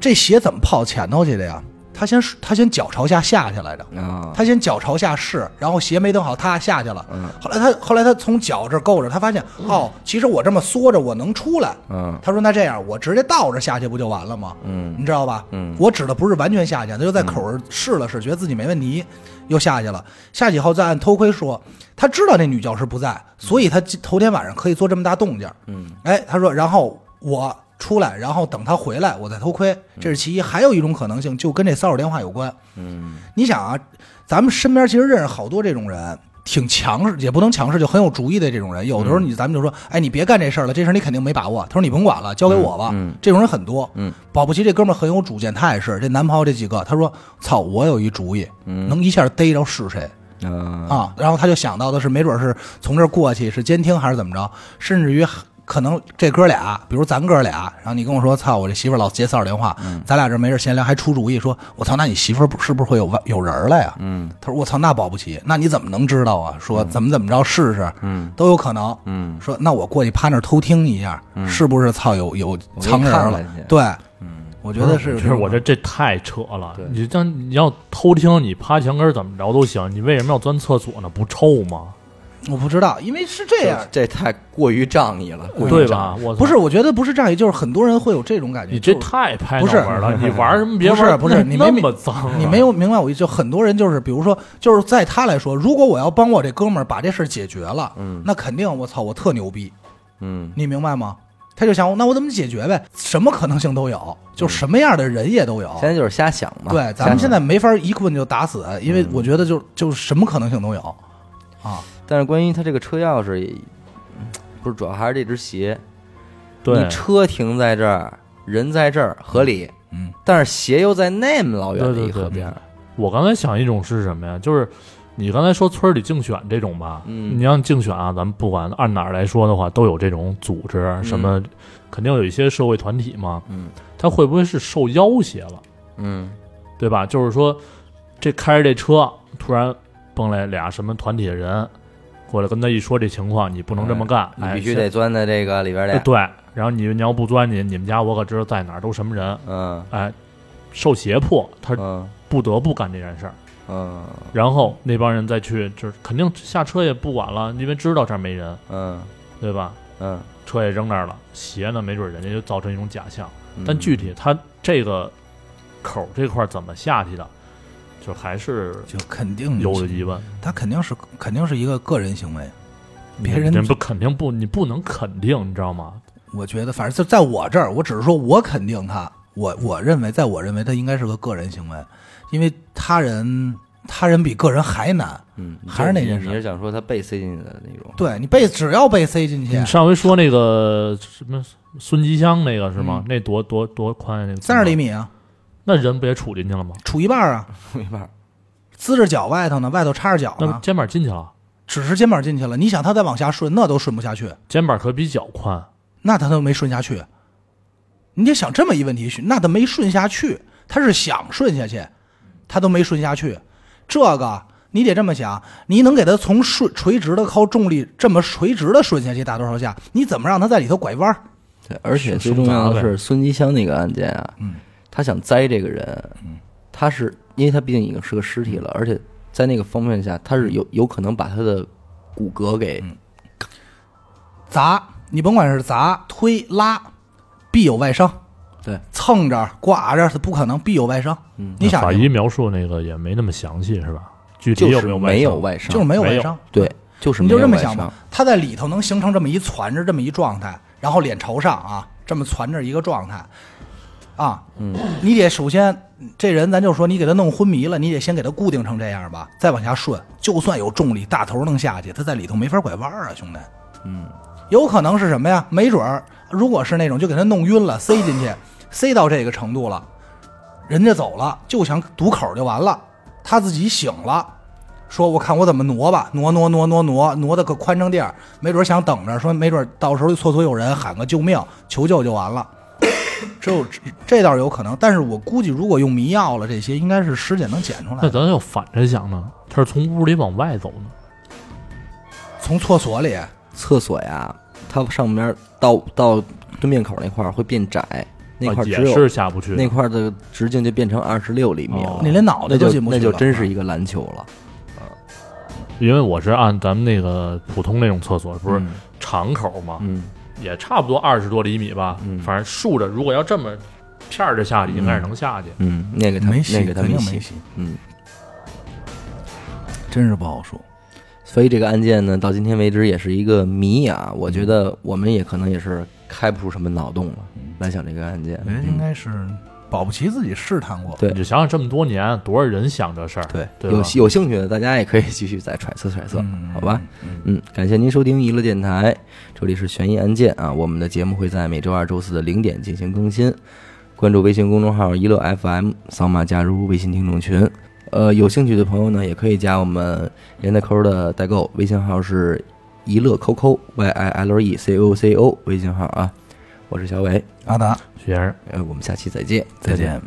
[SPEAKER 2] 这鞋怎么泡前头去的呀？他先他先脚朝下下去来着，
[SPEAKER 3] 嗯
[SPEAKER 1] 啊，
[SPEAKER 2] 他先脚朝下试，然后鞋没蹬好，他下去了。
[SPEAKER 1] 嗯
[SPEAKER 2] 后来他后来他从脚这儿够着，他发现哦，其实我这么缩着我能出来。
[SPEAKER 1] 嗯
[SPEAKER 2] 他说那这样我直接倒着下去不就完了吗？
[SPEAKER 1] 嗯
[SPEAKER 2] 你知道吧？
[SPEAKER 1] 嗯
[SPEAKER 2] 我指的不是完全下去，他就在口儿试了试，觉得自己没问题，又下去了。下去以后再按偷窥说，他知道那女教师不在，所以他今头天晚上可以做这么大动静。
[SPEAKER 1] 嗯，
[SPEAKER 2] 哎，他说，然后我出来，然后等他回来，我再偷窥，这是其一。还有一种可能性，就跟这骚扰电话有关。嗯，你想啊，咱们身边其实认识好多这种人。挺强势，也不能强势，就很有主意的这种人。
[SPEAKER 1] 嗯
[SPEAKER 2] 有的时候你咱们就说，哎，你别干这事儿了，这事儿你肯定没把握。他说你甭管了，交给我吧。
[SPEAKER 1] 嗯嗯
[SPEAKER 2] 这种人很多。
[SPEAKER 1] 嗯，
[SPEAKER 2] 保不齐这哥们儿很有主见，他也是。这男朋友这几个，他说，操，我有一主意，
[SPEAKER 1] 嗯
[SPEAKER 2] 能一下逮着是谁。
[SPEAKER 1] 啊，
[SPEAKER 2] 啊，然后他就想到的是，没准是从这儿过去是监听还是怎么着，甚至于可能这哥俩，比如咱哥俩，然后你跟我说，操，我这媳妇儿老接骚扰电话，咱俩这没事闲聊还出主意说，我操，那你媳妇儿不是不是会有外有人儿了呀？嗯，他说我操，那保不齐，那你怎么能知道啊？说怎么怎么着试试，嗯，都有可能，嗯，说那我过去趴那儿偷听一下，是不是操有有
[SPEAKER 1] 我给
[SPEAKER 2] 藏
[SPEAKER 1] 你
[SPEAKER 2] 人
[SPEAKER 1] 看
[SPEAKER 2] 儿了
[SPEAKER 1] 看去？
[SPEAKER 2] 对，嗯，我觉得
[SPEAKER 3] 不
[SPEAKER 2] 是，
[SPEAKER 3] 就是我这这太扯了。你当你要偷听，你趴墙根儿怎么着都行，你为什么要钻厕所呢？不臭吗？
[SPEAKER 2] 我不知道，因为是这样。
[SPEAKER 1] 这太过于仗义了，
[SPEAKER 2] 嗯
[SPEAKER 1] 过于
[SPEAKER 3] 对
[SPEAKER 1] 仗
[SPEAKER 3] 吧？我操
[SPEAKER 2] 不是，我觉得不是仗义，就是很多人会有这种感觉。
[SPEAKER 3] 你这
[SPEAKER 2] 就是
[SPEAKER 3] 太拍
[SPEAKER 2] 不
[SPEAKER 3] 脑
[SPEAKER 2] 是
[SPEAKER 3] 门儿了，你玩什么别
[SPEAKER 2] 不是
[SPEAKER 3] 玩？
[SPEAKER 2] 不是你
[SPEAKER 3] 那
[SPEAKER 2] 没
[SPEAKER 3] 么脏啊，
[SPEAKER 2] 你没有明白我意思，就很多人就是，比如说，就是在他来说，如果我要帮我这哥们儿把这事儿解决了，嗯，那肯定我操，我特牛逼，
[SPEAKER 1] 嗯，
[SPEAKER 2] 你明白吗？他就想，那我怎么解决呗？什么可能性都有，就
[SPEAKER 3] 嗯
[SPEAKER 2] 什么样的人也都有。
[SPEAKER 1] 现在就是瞎想嘛。
[SPEAKER 3] 啊
[SPEAKER 2] 对，
[SPEAKER 1] 瞎
[SPEAKER 2] 咱们现
[SPEAKER 1] 想
[SPEAKER 2] 在没法一棍就打死，因
[SPEAKER 3] 嗯
[SPEAKER 2] 为我觉得就就什么可能性都有啊。
[SPEAKER 1] 但是关于他这个车钥匙也，嗯不是主要还是这只鞋。
[SPEAKER 3] 对
[SPEAKER 1] 你，车停在这儿，人在这儿合理，
[SPEAKER 2] 嗯，
[SPEAKER 1] 但是鞋又在那么老远的
[SPEAKER 3] 对
[SPEAKER 1] 一
[SPEAKER 3] 对对
[SPEAKER 1] 河边儿，
[SPEAKER 3] 我刚才想一种是什么呀？就是你刚才说村儿里竞选这种吧，
[SPEAKER 1] 嗯
[SPEAKER 3] 你像竞选啊，咱们不管按哪儿来说的话，都有这种组织，什么、肯定有一些社会团体嘛，
[SPEAKER 1] 嗯，
[SPEAKER 3] 他会不会是受要挟了，
[SPEAKER 1] 嗯
[SPEAKER 3] 对吧？就是说，这开着这车，突然蹦来俩什么团体的人过来跟他一说这情况，你不能这么干，
[SPEAKER 1] 你
[SPEAKER 3] 哎
[SPEAKER 1] 必须得钻在这个里边儿
[SPEAKER 3] 先
[SPEAKER 1] 来。
[SPEAKER 3] 对，然后你你要不钻进，你们家我可知道在哪儿都什么人，
[SPEAKER 1] 嗯
[SPEAKER 3] 哎，受胁迫，他
[SPEAKER 1] 嗯
[SPEAKER 3] 不得不干这件事儿。
[SPEAKER 1] 嗯
[SPEAKER 3] 然后那帮人再去，就是肯定下车也不管了，因为知道这儿没人，
[SPEAKER 1] 嗯
[SPEAKER 3] 对吧？
[SPEAKER 1] 嗯，
[SPEAKER 3] 车也扔那儿了，鞋呢，没准人家就造成一种假象。
[SPEAKER 1] 嗯
[SPEAKER 3] 但具体他这个口儿这块儿怎么下去的，就还是
[SPEAKER 2] 就肯定
[SPEAKER 3] 有疑问。
[SPEAKER 2] 他肯定是肯定是一个个人行为，别
[SPEAKER 3] 你
[SPEAKER 2] 人
[SPEAKER 3] 你不肯定不，你不能肯定，你知道吗？
[SPEAKER 2] 我觉得，反正就在我这儿，我只是说我肯定他，我我认为，在我认为他应该是个个人行为，因为他人他人比个人还难。
[SPEAKER 1] 嗯，
[SPEAKER 2] 还是那件
[SPEAKER 1] 你
[SPEAKER 2] 事儿
[SPEAKER 1] 你是想说他被塞进去的那种？
[SPEAKER 2] 对你被只要被塞进去
[SPEAKER 3] 你，上回说那个什么孙吉香那个是吗？那多多多宽呀那个
[SPEAKER 2] 三十厘，米啊，
[SPEAKER 3] 那人不也杵进去了吗？
[SPEAKER 2] 杵一半啊，
[SPEAKER 1] 没办法，
[SPEAKER 2] 滋着脚外头呢，外头插着脚
[SPEAKER 3] 那
[SPEAKER 2] 呢，
[SPEAKER 3] 肩膀进去了，
[SPEAKER 2] 只是肩膀进去了。你想他再往下顺，那都顺不下去，
[SPEAKER 3] 肩膀可比脚宽。
[SPEAKER 2] 那他都没顺下去。你得想这么一问题，那他没顺下去，他是想顺下去，他都没顺下去。这个你得这么想，你能给他从顺垂直的靠重力这么垂直的顺下去大多少下？你怎么让他在里头拐弯儿？
[SPEAKER 1] 对，而且最
[SPEAKER 3] 是手
[SPEAKER 1] 重要
[SPEAKER 3] 砸
[SPEAKER 1] 的
[SPEAKER 3] 呗
[SPEAKER 1] 是孙吉香那个案件啊，
[SPEAKER 2] 嗯
[SPEAKER 1] 他想栽这个人，他是因为他毕竟已经是个尸体
[SPEAKER 2] 嗯
[SPEAKER 1] 了，而且在那个方面下，他是有有可能把他的骨骼给，
[SPEAKER 2] 嗯砸，你甭管是砸、推、拉，必有外伤。
[SPEAKER 1] 对，
[SPEAKER 2] 蹭着、挂着，它不可能必有外伤。嗯，你想
[SPEAKER 3] 法医描述那个也没那么详细，是吧？具体
[SPEAKER 1] 就
[SPEAKER 3] 有
[SPEAKER 1] 是
[SPEAKER 3] 没有
[SPEAKER 1] 没有
[SPEAKER 3] 外
[SPEAKER 1] 外伤，
[SPEAKER 2] 就是没有
[SPEAKER 3] 没
[SPEAKER 2] 外
[SPEAKER 3] 有
[SPEAKER 2] 伤，
[SPEAKER 1] 对，就是
[SPEAKER 2] 你
[SPEAKER 1] 没
[SPEAKER 2] 就
[SPEAKER 1] 有
[SPEAKER 2] 这么
[SPEAKER 1] 外
[SPEAKER 2] 想吧
[SPEAKER 1] 伤，
[SPEAKER 2] 它在里头能形成这么一攒着这么一状态，然后脸朝上啊，这么攒着一个状态，啊，
[SPEAKER 1] 嗯
[SPEAKER 2] 你得首先这人，咱就说你给他弄昏迷了，你得先给他固定成这样吧，再往下顺，就算有重力大头弄下去，他在里头没法拐弯啊，兄弟，嗯，有可能是什么呀？没准儿如果是那种就给他弄晕了，塞进去，塞到这个程度了，人家走了，就想堵口就完了，他自己醒了。说我看我怎么挪吧，挪挪挪挪挪挪的个宽敞地儿，没准想等着，说没准到时候厕所有人喊个救命求救就完了， 只有这这倒是有可能。但是我估计如果用迷药了这些，应该是尸检能检出来
[SPEAKER 3] 那
[SPEAKER 2] 的，
[SPEAKER 3] 咱要反着想呢，他是从屋里往外走呢，
[SPEAKER 2] 从厕所里
[SPEAKER 1] 厕所呀，它上面到到对面口那块儿会变窄，那块
[SPEAKER 3] 啊
[SPEAKER 1] 儿只
[SPEAKER 3] 也
[SPEAKER 1] 有、
[SPEAKER 3] 是下不去。
[SPEAKER 1] 那块儿的直径就变成二十六厘米了
[SPEAKER 3] 哦，
[SPEAKER 2] 你连脑袋
[SPEAKER 1] 那
[SPEAKER 2] 都
[SPEAKER 1] 就
[SPEAKER 2] 进不去
[SPEAKER 1] 那就
[SPEAKER 2] 了啊
[SPEAKER 1] 真是一个篮球了。
[SPEAKER 3] 因为我是按咱们那个普通那种厕所，不是
[SPEAKER 1] 嗯
[SPEAKER 3] 敞
[SPEAKER 2] 啊
[SPEAKER 3] 口嘛，
[SPEAKER 1] 嗯，
[SPEAKER 3] 也差不多二十多厘米吧，
[SPEAKER 1] 嗯
[SPEAKER 3] 反正竖着，如果要这么片儿着下去，应该是能下去。
[SPEAKER 1] 嗯，那个他
[SPEAKER 2] 没戏，
[SPEAKER 1] 那个他
[SPEAKER 2] 肯定
[SPEAKER 1] 戏
[SPEAKER 2] 没，戏，
[SPEAKER 1] 嗯，
[SPEAKER 2] 真是不好说。
[SPEAKER 1] 所以这个案件呢，到今天为止也是一个谜啊。我觉得我们也可能也是开不出什么脑洞了，来想这个案件。
[SPEAKER 2] 嗯我觉得应该是保不齐自己试探过，
[SPEAKER 1] 嗯对
[SPEAKER 3] 你就想想这么多年，多少人想这事儿，
[SPEAKER 1] 对，
[SPEAKER 3] 对吧
[SPEAKER 1] 有有兴趣的大家也可以继续再揣测揣测，
[SPEAKER 2] 嗯
[SPEAKER 1] 好吧？嗯，感谢您收听娱乐电台，这里是悬疑案件啊，我们的节目会在每周二、周四的零点进行更新，关注微信公众号“娱乐 FM”，扫码加入微信听众群。呃，有兴趣的朋友呢，也可以加我们连带扣的代购，微信号是“娱乐 QQ Y I L E C O C O”，微信号啊，我是小伟，
[SPEAKER 2] 阿达，
[SPEAKER 3] 学生。
[SPEAKER 1] 呃，我们下期再见，
[SPEAKER 2] 再见。